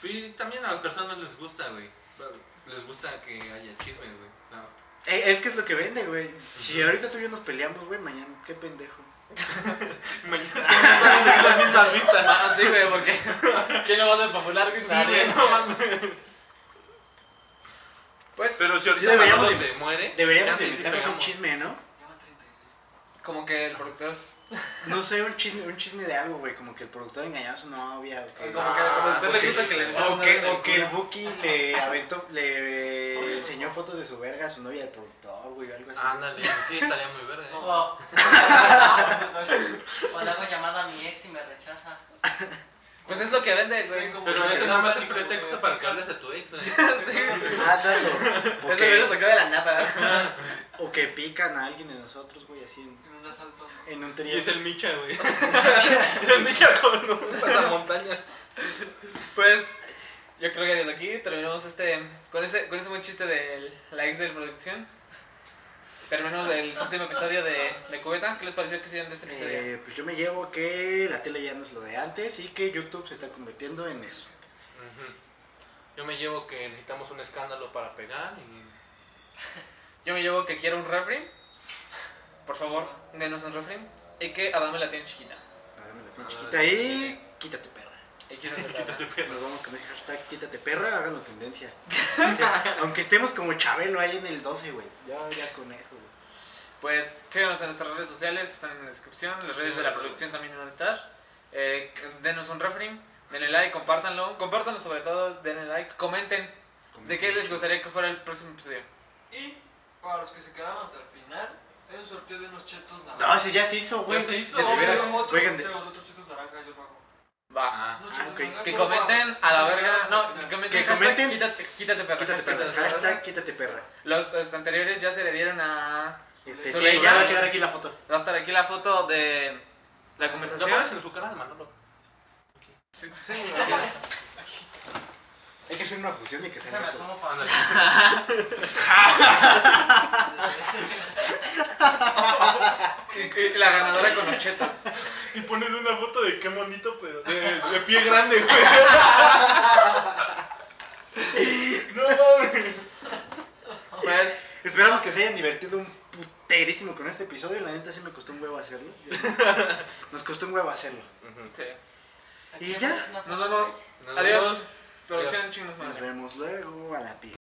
Speaker 4: güey.
Speaker 3: Y también a las personas les gusta, güey. Les gusta que haya chismes, güey. No.
Speaker 4: Eh, es que es lo que vende, güey. Si ahorita tú y yo nos peleamos, güey, mañana, qué pendejo.
Speaker 3: Mañana las mismas vistas.
Speaker 1: Ah, sí, güey, porque. ¿Quién lo va a depapular, güey? Nadie. Pues,
Speaker 3: Pero si ahorita
Speaker 4: deberíamos
Speaker 3: Manolo
Speaker 4: de-
Speaker 3: se muere,
Speaker 4: Deberíamos
Speaker 3: chance y sí
Speaker 4: inventarnos un
Speaker 3: pegamos.
Speaker 4: chisme, ¿no?
Speaker 2: Llevan 36.
Speaker 1: como que el productor es.
Speaker 4: No sé, un chisme, un chisme de algo, güey. Como que el productor engañó a su novia. O que,
Speaker 1: Como que al productor le
Speaker 3: Ah, ok.
Speaker 1: gusta que le metan
Speaker 4: O
Speaker 1: una
Speaker 4: que,
Speaker 1: verga en
Speaker 4: o que el
Speaker 1: culo.
Speaker 4: Buki le aventó, le eh, enseñó fotos de su verga a su novia al productor, güey, o algo así.
Speaker 3: Ándale, sí, estaría muy verde.
Speaker 5: O, o le hago llamada a mi ex y me rechaza.
Speaker 1: Pues es lo que vende, güey.
Speaker 3: Pero eso nada más es pretexto para que hables a tu ex, güey.
Speaker 1: Sí, güey.
Speaker 3: Ah,
Speaker 4: Andas o, o,
Speaker 1: Eso lo
Speaker 4: que,
Speaker 1: sacó de la nada.
Speaker 4: o que pican a alguien de nosotros, güey, así en,
Speaker 2: En un asalto, ¿no?
Speaker 4: en un
Speaker 3: Y
Speaker 4: trío.
Speaker 3: es el Micha, güey. es el Micha con una montaña.
Speaker 1: Pues yo creo que desde aquí terminamos este con ese con ese buen chiste de la ex de la producción. Terminamos el séptimo episodio de, de Cubeta. ¿Qué les pareció que hicieron de este episodio?
Speaker 4: Eh, pues yo me llevo que la tele ya no es lo de antes y que YouTube se está convirtiendo en eso.
Speaker 3: Yo me llevo que necesitamos un escándalo para pegar y...
Speaker 1: Yo me llevo que quiero un refri. Por favor, denos un refri. Y que Adame la tiene chiquita.
Speaker 4: Dame la
Speaker 3: Ah,
Speaker 4: pinche
Speaker 3: sí.
Speaker 4: quita ahí, quítate perra.
Speaker 1: Y quiero Quítate.
Speaker 4: Nos vamos con el hashtag quítate perra, háganlo tendencia. O sea, aunque estemos como Chabelo ahí en el 12, güey. Ya, ya con eso, güey.
Speaker 1: Pues síganos en nuestras redes sociales, están en la descripción. Las redes de la producción también van a estar. Eh, denos un refri. Denle like, compártanlo. Compártanlo sobre todo, denle like. Comenten. ¿De qué les gustaría que fuera el próximo episodio?
Speaker 2: Y para los que se quedaron hasta el final, hay un sorteo de unos chetos
Speaker 4: No,
Speaker 2: naranja.
Speaker 4: ese ya se hizo, güey.
Speaker 3: se hizo.
Speaker 2: No,
Speaker 1: si hubiera-
Speaker 2: otro
Speaker 4: juegan de-
Speaker 2: sorteo de otros chetos naranja, yo lo hago.
Speaker 1: Va.
Speaker 3: Ah,
Speaker 2: Unos chetos
Speaker 4: ok.
Speaker 2: naranja,
Speaker 1: Que
Speaker 2: yo lo hago.
Speaker 1: comenten a la verga. No, que
Speaker 2: Al final.
Speaker 1: comenten.
Speaker 4: Que
Speaker 1: hashtag
Speaker 4: comenten.
Speaker 1: Quítate, quítate perra.
Speaker 4: Quítate
Speaker 1: hashtag
Speaker 4: perra.
Speaker 1: quítate perra.
Speaker 4: Hashtag quítate perra.
Speaker 1: Los, los anteriores ya se le dieron a.
Speaker 4: Este,
Speaker 1: Solo
Speaker 4: sí,
Speaker 1: ella.
Speaker 4: ya va a quedar aquí la foto.
Speaker 1: Va a estar aquí la foto de la
Speaker 3: ¿Lo pones
Speaker 1: conversación.
Speaker 3: en su canal, Manolo?
Speaker 1: Sí, sí, ok.
Speaker 4: Hay que hacer una fusión y que sea
Speaker 5: Déjame
Speaker 4: eso.
Speaker 5: asomo para
Speaker 1: Y- y la ganadora con los chetos.
Speaker 3: Y pones una foto de qué bonito, pero de, de pie grande, güey. no mames.
Speaker 1: Pues,
Speaker 4: Esperamos que se hayan divertido un puterísimo con este episodio. La neta sí me costó un huevo hacerlo. Nos costó un huevo hacerlo.
Speaker 1: sí.
Speaker 4: ¿Y ya?
Speaker 1: Nos vemos.
Speaker 3: Nos
Speaker 1: Adiós.
Speaker 3: vemos.
Speaker 1: Producción, chingos, madre.
Speaker 4: Nos vemos luego a la pie.